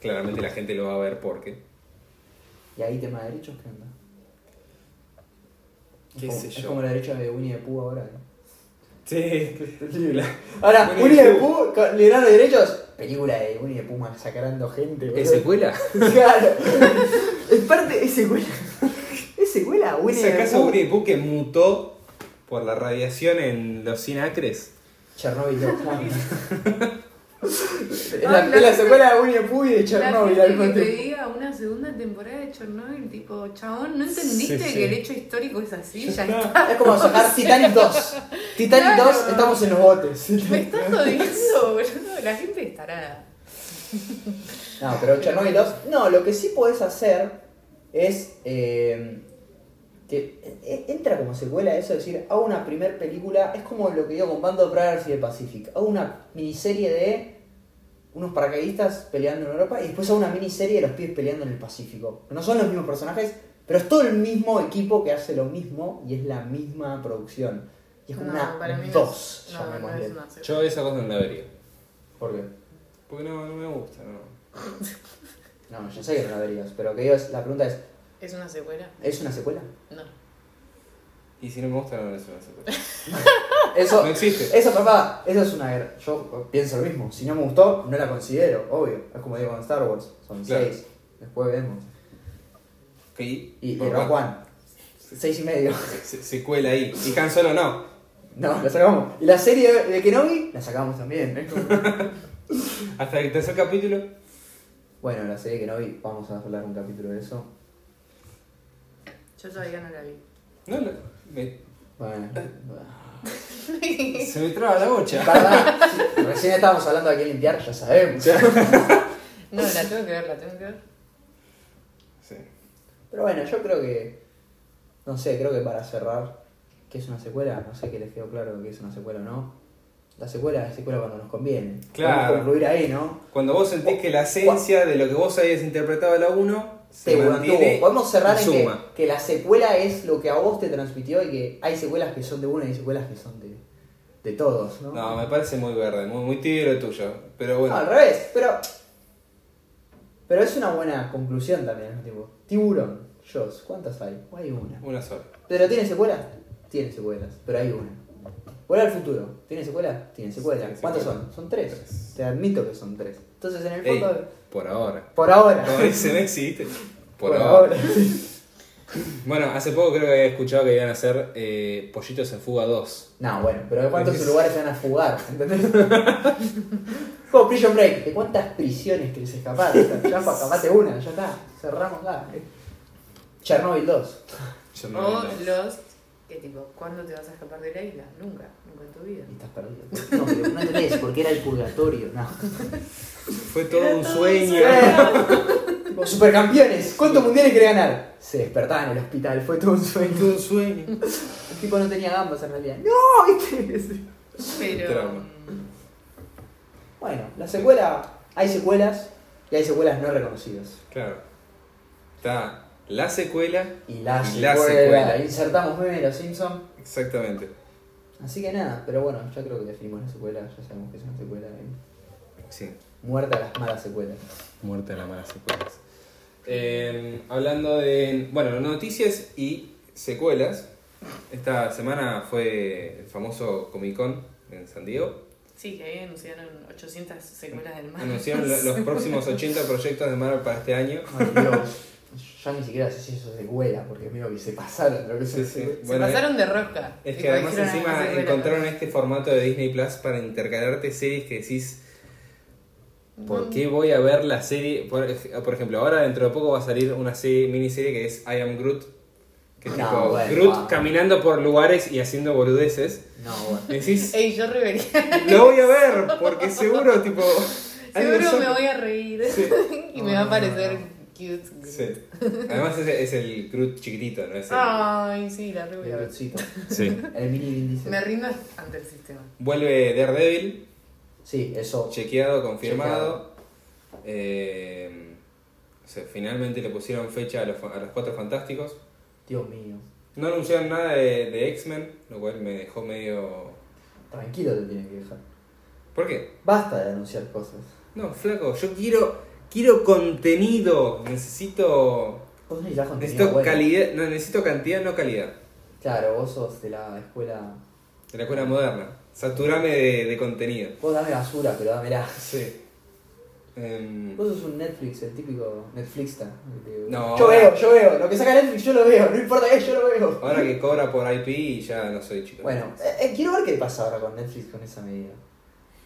S3: Claramente la gente lo va a ver porque.
S2: Y ahí tema de derechos, ¿qué onda? Es
S3: Qué
S2: como-
S3: sé
S2: es
S3: yo.
S2: como la derecha de Winnie the Pooh ahora, ¿no?
S3: Sí,
S2: Ahora,
S3: Winnie
S2: Winnie
S3: the
S2: the Pooh, con Leonardo de Derechos. Película de Winnie the Pooh masacrando gente,
S3: ¿Es
S2: boludo.
S3: secuela?
S2: Claro. Es parte, es secuela. Es secuela, Winnie
S3: ¿Es
S2: the
S3: acaso
S2: Pooh.
S3: Winnie the Pooh que mutó por la radiación en los 100 acres?
S2: Chernobyl. ¿no? es, la,
S1: Ay,
S2: es la
S1: la-
S2: secuela de Winnie the Pooh y de
S1: La
S2: Chernobyl
S1: gente
S2: al
S1: que
S2: mismo
S1: te
S2: tiempo.
S1: diga una segunda temporada de Chernobyl, tipo, chabón, ¿no entendiste
S3: Sí, sí.
S1: que el hecho histórico es así? Ya
S3: está.
S1: está.
S2: Ah, Es como sacar Titanic 2. Titanic
S1: Claro.
S2: 2, estamos en los botes.
S1: Me estás jodiendo, boludo. La gente es tarada.
S2: No, pero Chernobyl 2. No, lo que sí podés hacer es. eh, que e- entra como secuela eso, es decir, hago una primer película. Es como lo que yo con Band of Brothers y de Pacific. Hago una miniserie de unos paracaidistas peleando en Europa y después hago una miniserie de los pies peleando en el Pacífico. No son los mismos personajes, pero es todo el mismo equipo que hace lo mismo y es la misma producción. Y es como una dos,
S1: no, no, no
S2: llamémosle.
S1: es una secuela.
S3: Yo esa cosa no la vería.
S2: ¿Por qué?
S3: Porque no, no me gusta, no.
S2: No, yo sé que no la verías, pero que digo es- la pregunta es,
S1: ¿Es una secuela?
S2: ¿es una secuela?
S1: No.
S3: Y si no me gusta, no es una secuela.
S2: Eso,
S3: No existe.
S2: Eso, papá, eso es una guerra. Yo pienso lo mismo. Si no me gustó, no la considero, obvio. Es como digo con Star Wars. Son
S3: Claro.
S2: seis. Después vemos.
S3: Ok, Y,
S2: Y, y
S3: por
S2: Rogue
S3: cual,
S2: One. Seis y medio.
S3: se- secuela ahí. Y Han Solo no.
S2: No, la sacamos. Y la serie de Kenobi, la sacamos también. Es como-
S3: Hasta el tercer capítulo.
S2: bueno, la serie de Kenobi, vamos a hablar un capítulo de eso.
S1: Yo todavía no la vi.
S3: No, la- me-
S2: Bueno.
S3: se me traba la bocha.
S2: Pará, Recién estábamos hablando de qué limpiar, ya sabemos.
S1: No, la tengo que ver, la tengo que ver.
S3: Sí.
S2: Pero bueno, yo creo que. No sé, creo que para cerrar, ¿qué es una secuela? No sé que les quedó claro que es una secuela o no. La secuela es secuela cuando nos conviene.
S3: Claro.
S2: Podemos concluir ahí, ¿no?
S3: Cuando vos sentís que la esencia de lo que vos habías interpretado a la 1
S2: Te
S3: se
S2: mantuvo.
S3: mantiene
S2: Podemos cerrar
S3: y
S2: en que,
S3: suma.
S2: que la secuela es lo que a vos te transmitió y que hay secuelas que son de una y hay secuelas que son de, de todos, ¿no?
S3: No, Ah, me parece muy verde, muy, muy tibio lo tuyo. Pero
S2: No,
S3: bueno.
S2: al revés, pero. Pero es una buena conclusión también, ¿no? tipo. Tiburón, Jaws, ¿cuántas hay? Hay una.
S3: Una sola.
S2: ¿Pero tiene secuelas? Tiene secuelas, pero hay una. Vuelve al futuro, ¿tiene secuelas? Tiene secuelas.
S3: Tiene
S2: ¿Cuántas
S3: secuelas.
S2: son? Son tres.
S3: Tres.
S2: Te admito que son tres. Entonces, en el
S3: Ey,
S2: fondo,
S3: por ahora.
S2: por ahora.
S3: No, ese no existe. Por,
S2: Por
S3: ahora.
S2: ahora.
S3: Bueno, hace poco creo que había escuchado que iban a hacer eh, Pollitos en Fuga 2.
S2: No, bueno, pero ¿de cuántos
S3: Es-
S2: lugares se van a fugar? ¿Entendés? Como Prison Break, ¿de cuántas prisiones querés escapar? Ya pa- escapate una, ya está. Cerramos acá. Chernobyl 2.
S3: Yo no
S1: O
S3: me-
S1: Lost, que tipo, ¿cuándo te vas a escapar de la isla? Nunca, nunca en tu vida.
S2: Y estás perdido. No, pero no tenés, porque era el purgatorio. No.
S3: Fue todo un sueño.
S2: Tipo, Supercampeones, ¿cuántos mundiales querés ganar? Se despertaba en el hospital, fue todo un sueño.
S3: Todo un sueño.
S2: El tipo no tenía gambas en realidad. ¡No! ¿viste? Sí.
S1: Pero.
S3: Trauma.
S2: Bueno, la secuela. Hay secuelas y hay secuelas no reconocidas.
S3: Claro. Está la secuela.
S2: Y la,
S3: Y la
S2: secuela.
S3: secuela.
S2: Insertamos meme de los Simpsons.
S3: Exactamente.
S2: Así que nada, pero bueno, ya creo que definimos la secuela, ya sabemos que es una secuela. y
S3: Sí.
S2: Muerta las malas secuelas.
S3: Muerte de las malas secuelas. Em, Eh, hablando de. Bueno, noticias y secuelas. Esta semana fue el famoso Comic Con en San Diego.
S1: Sí, que ahí anunciaron 800 secuelas del mal.
S3: Anunciaron lo- los próximos 80 proyectos de Marvel para este año.
S2: Ay, Dios. Ya ni siquiera sé si eso es secuela, porque miro que se pasaron. Lo que se
S3: Sí, sí.
S1: Se
S3: Bueno,
S1: pasaron de rosca.
S3: Es que
S1: Tipo,
S3: además
S1: dijeron, "Ah,
S3: encima
S1: secuela".
S3: encontraron este formato de Disney Plus para intercalarte series que decís,
S1: Mm.
S3: ¿por qué voy a ver la serie? Por, ej- por ejemplo, ahora dentro de poco va a salir una serie, miniserie que es I Am Groot. Que
S1: Ah,
S3: es
S2: No,
S3: tipo
S2: bueno,
S3: Groot
S2: va.
S3: caminando por lugares y haciendo boludeces.
S2: No, bueno.
S3: Decís,
S1: Ey, yo revería.
S3: lo voy a ver, porque seguro, tipo. algo
S1: Seguro me
S3: saco".
S1: voy a reír.
S3: Sí.
S1: y me va a parecer cute.
S3: Sí. Además es, es el Groot chiquitito, ¿no? Es el-
S1: Ay, sí, la re voy a
S2: El
S1: ver.
S2: Grootcito.
S3: Sí.
S2: El mini Vin Diesel.
S1: Me rindo ante el sistema.
S3: Vuelve Daredevil.
S2: Sí, eso.
S3: chequeado, confirmado. Eh, o sea, finalmente le pusieron fecha a los, fa- a los cuatro fantásticos.
S2: Dios mío.
S3: No anunciaron nada de, de X-Men, lo cual me dejó medio.
S2: Tranquilo te tienes que dejar.
S3: ¿Por qué?
S2: Basta de anunciar cosas.
S3: No, flaco, yo quiero quiero contenido. Necesito.
S2: Vos necesitas contenido
S3: Necesito
S2: bueno.
S3: calidad. No, necesito cantidad, no calidad.
S2: Claro, vos sos de la escuela...
S3: De la escuela moderna. Saturame de, de contenido.
S2: Vos dame basura, pero dámela.
S3: Sí. Em,
S2: Vos sos un Netflix, el típico Netflixta. el que-
S3: No.
S2: Yo veo, yo veo. Lo que saca Netflix yo lo veo. No importa qué, yo lo veo.
S3: ahora que cobra por IP ya no soy chico.
S2: Bueno, eh, eh, quiero ver qué pasa ahora con Netflix con esa medida.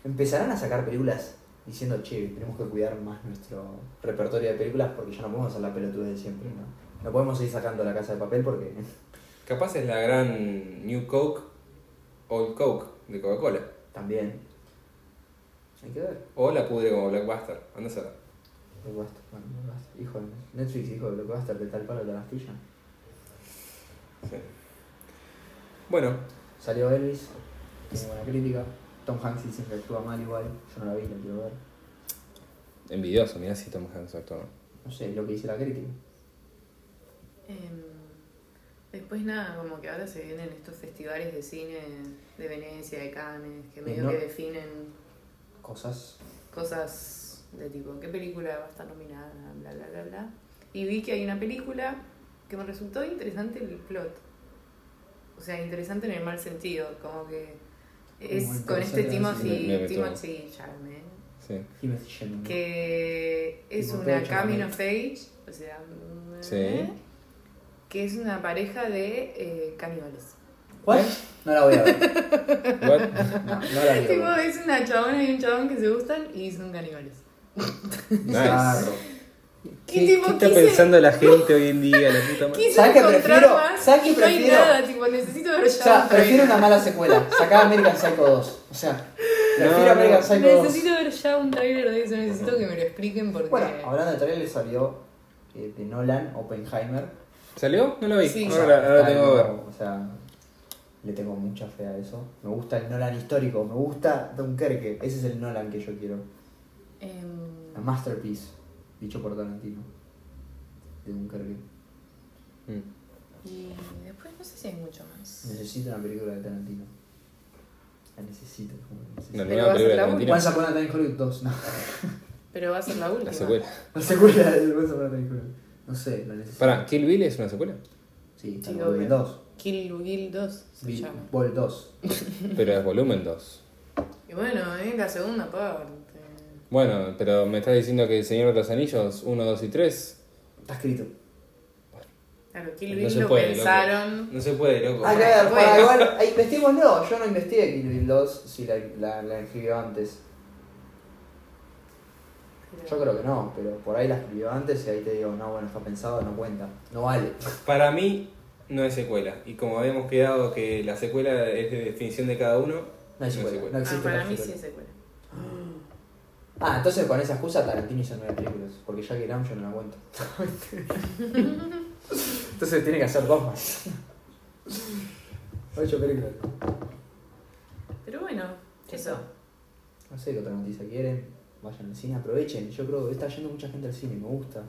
S2: Empezarán a sacar películas diciendo, che, tenemos que cuidar más nuestro repertorio de películas porque ya no podemos hacer la pelotudez de siempre, ¿no? No podemos seguir sacando la casa de papel porque...
S3: Capaz es la gran New Coke, Old Coke de Coca-Cola.
S2: También. Hay que ver.
S3: O la pudre como Blackbuster. Anda a saber.
S2: Blockbuster, bueno, Blockbuster. Hijo de Netflix, hijo de Blockbuster, de tal palo de la astilla.
S3: Sí. Bueno,
S2: Salió Elvis, tiene buena crítica. Tom Hanks dicen que actúa mal igual. Yo no la vi, la quiero ver.
S3: envidioso, mirá si Tom Hanks actúa.
S2: No sé, es lo que dice la crítica.
S1: Em, después nada, como que ahora se vienen estos festivales de cine de Venecia, de Cannes, que medio
S2: no-
S1: que definen
S2: Cosas.
S1: cosas de tipo, qué película va a estar nominada, bla, bla, bla, bla. Y vi que hay una película que me resultó interesante el plot. O sea, interesante en el mal sentido, como que es
S2: Como
S1: con este
S2: interesante,
S1: Timothy,
S3: sí. Me- me meto.
S1: Timothy Chalamet,
S3: Sí.
S2: Y me estoy yendo.
S1: que es
S2: Tipo
S1: una
S2: Page,
S1: coming
S2: ¿no?
S1: of age, o sea,
S3: Sí.
S1: que es una pareja de eh, caníbales. ¿Eh?
S2: ¿What? No la voy a ver.
S3: What?
S2: No, no la
S1: Tipo,
S2: quiero ver.
S1: es una chabona y un chabón que se gustan y son caníbales.
S2: Bizarro.
S1: Y tipo,
S3: está
S1: quise-
S3: pensando la gente hoy en día, la puta madre?
S1: Quise
S2: ¿Sabes qué
S1: encontrar
S2: prefiero?
S1: más
S2: ¿Sabes qué
S1: y no hay
S2: prefiero?
S1: nada, tipo, necesito ver
S2: O
S1: ya.
S2: sea, prefiero una mala secuela. Sacá American Psycho 2. O sea, prefiero
S3: no.
S2: American Psycho 2.
S1: Necesito ver ya un trailer de eso, necesito que me lo expliquen porque...
S2: Bueno, hablando de trailers salió eh, de Nolan, Oppenheimer.
S3: ¿Salió? No lo vi.
S1: Sí.
S3: Ahora, ahora
S2: Está
S3: tengo que ver.
S2: como- O sea, le tengo mucha fe a eso. Me gusta el Nolan histórico, me gusta Dunkerque. Ese es el Nolan que yo quiero.
S1: Em,
S2: La masterpiece, dicho por Tarantino. De Dunkerque.
S3: Mm.
S1: y después no sé si hay mucho más.
S2: Necesito una película de Tarantino. La necesito. como la necesito.
S3: La
S1: Pero
S3: nueva
S1: va a ser
S3: película de
S1: la
S3: Tarantino.
S2: Once Upon a Time in Hollywood 2, no.
S1: Pero va a ser la última.
S3: La secuela.
S2: La secuela del Once Upon a Time in Hollywood. No sé, la necesito.
S3: Pará, ¿Kill Bill es una secuela?
S2: Sí,
S1: Sí,
S2: está en volumen
S1: obvio.
S2: 2.
S1: Kill Bill 2 se
S2: Vi-
S1: llama.
S2: Vol 2.
S3: Pero es volumen 2.
S1: Y bueno, es la segunda parte.
S3: Bueno, pero me estás diciendo que El Señor de los Anillos, 1, 2 y 3.
S2: Está escrito.
S1: Claro, Kill
S3: No
S1: Bill
S3: se
S1: lo
S3: puede, loco.
S1: pensaron.
S3: No se puede, loco.
S2: Ah, claro,
S1: Bueno.
S2: para igual, ah, investiguémoslo. Yo no investigué Kill Bill 2 si la, la, la escribió antes. Yo creo que no, pero por ahí la escribió antes y ahí te digo, no, bueno, está pensado, no cuenta. No vale.
S3: Para mí no es secuela. Y como habíamos quedado que la secuela es de definición de cada uno,
S2: No hay secuela, no
S1: Ah,
S2: existe
S1: para
S2: la
S1: mí sí
S2: secuela.
S1: es secuela.
S2: Ah, entonces con esa excusa Tarantino hizo nueve películas, porque Jackie Ram yo no la cuento. entonces tiene que hacer dos más. Ocho películas.
S1: Pero bueno, eso.
S2: No sé qué otra noticia quieren. Vayan al cine, aprovechen. Yo creo que está yendo mucha gente al cine, me gusta.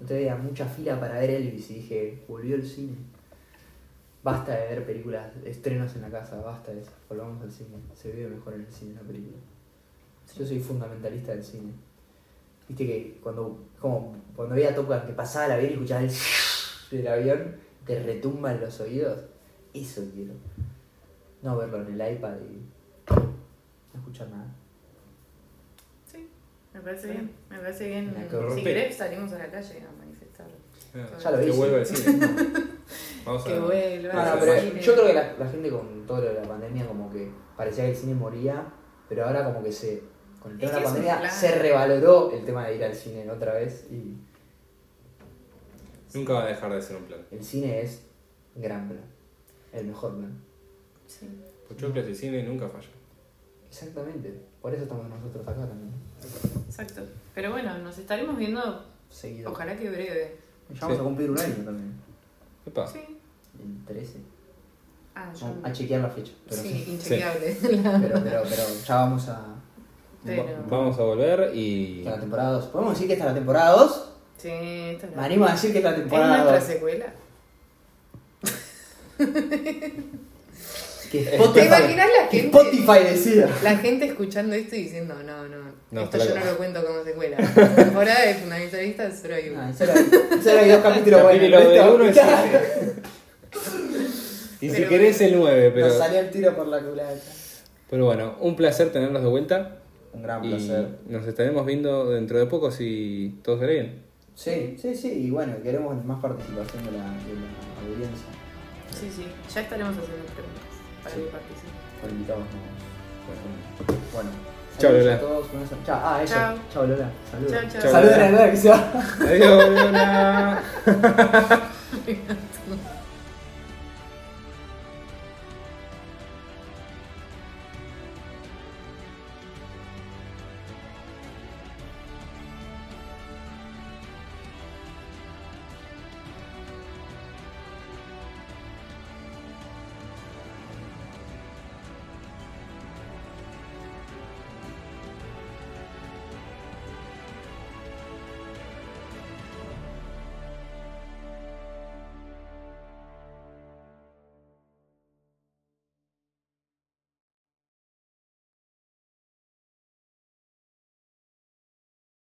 S2: No te veía mucha fila para ver Elvis y dije, volvió el cine. Basta de ver películas, estrenos en la casa, basta de eso. Volvamos al cine. Se vive mejor en el cine la película. Yo soy fundamentalista del cine. Viste que cuando, como, cuando veía Top Gun que pasaba el avión y escuchabas el del avión, te retumba en los oídos. Eso quiero. No verlo en el iPad y no escuchar nada.
S1: Sí, me parece bien. Me parece bien.
S2: La
S1: Si
S3: corrupción.
S1: querés, salimos a la calle a manifestar.
S3: Ah,
S2: Ya lo
S3: Que
S2: hice.
S3: vuelva al cine. Vamos a
S1: Que vuelva.
S2: No, no,
S1: al
S2: Ah, pero
S1: cine.
S2: yo creo que la, la gente con todo lo de la pandemia como que parecía que el cine moría, pero ahora como que se... Con el tema
S1: Es
S2: de la
S1: que es un
S2: pandemia
S1: plan.
S2: se revaloró el tema de ir al cine otra vez y
S3: Nunca va a dejar de ser un plan.
S2: el cine es un gran plan. El mejor plan.
S1: Sí.
S3: Pochoclos y cine nunca falla.
S2: Exactamente. Por eso estamos nosotros acá también.
S1: Exacto. Pero bueno, nos estaremos viendo,
S2: Seguido.
S1: ojalá que breve.
S2: Ya vamos
S3: Sí.
S2: a cumplir un año también.
S3: ¿Qué pasa?
S1: Sí.
S2: El 13.
S1: Ah, yo.
S2: Vamos a chequear la fecha. Pero
S1: sí,
S2: sí.
S1: inchequeable.
S2: Pero, pero, pero ya vamos a.
S1: Pero-
S3: Vamos a volver y.
S2: Esta es la temporada 2. ¿Podemos decir que esta es la temporada 2?
S1: Sí, esto es
S2: Me
S1: la-
S2: animo a decir que es la
S1: ¿Es
S2: temporada
S1: nuestra
S2: 2.
S1: secuela?
S2: Que
S1: ¿Te
S2: Spotify,
S1: imaginas la
S2: que
S1: gente?
S2: Spotify decida.
S1: La gente escuchando esto y diciendo, no, no,
S3: No,
S1: esto yo
S3: flaco.
S1: no lo cuento como secuela. La temporada de fundamentalistas solo hay
S2: Ah,
S1: una.
S2: en serio hay- en serio hay dos capítulos buenos.
S3: Capítulo de
S2: ¿no?
S3: uno es Y si
S1: Pero-
S3: querés el 9, pero.
S2: Nos salió el tiro por la culata.
S3: Pero bueno, un placer tenerlos de
S2: Ah,
S3: vuelta.
S2: Un gran
S3: y
S2: placer.
S3: Nos estaremos viendo dentro de poco si todo sale bien.
S2: Sí, sí, sí. Y bueno, queremos más participación de la, de la audiencia.
S1: Sí, sí, ya estaremos haciendo preguntas para
S2: Sí.
S1: que participen.
S2: Por invitados nuevos. Bueno.
S3: Chao,
S2: saludos
S3: Lola.
S2: a todos, buenas- Chao. Ah, eso.
S1: Chao.
S2: Chao, Lola. Saludos.
S1: Chao, chao.
S3: Chao,
S2: Saludos a
S3: Lola.
S2: Lola que se va.
S3: Adiós, Lola.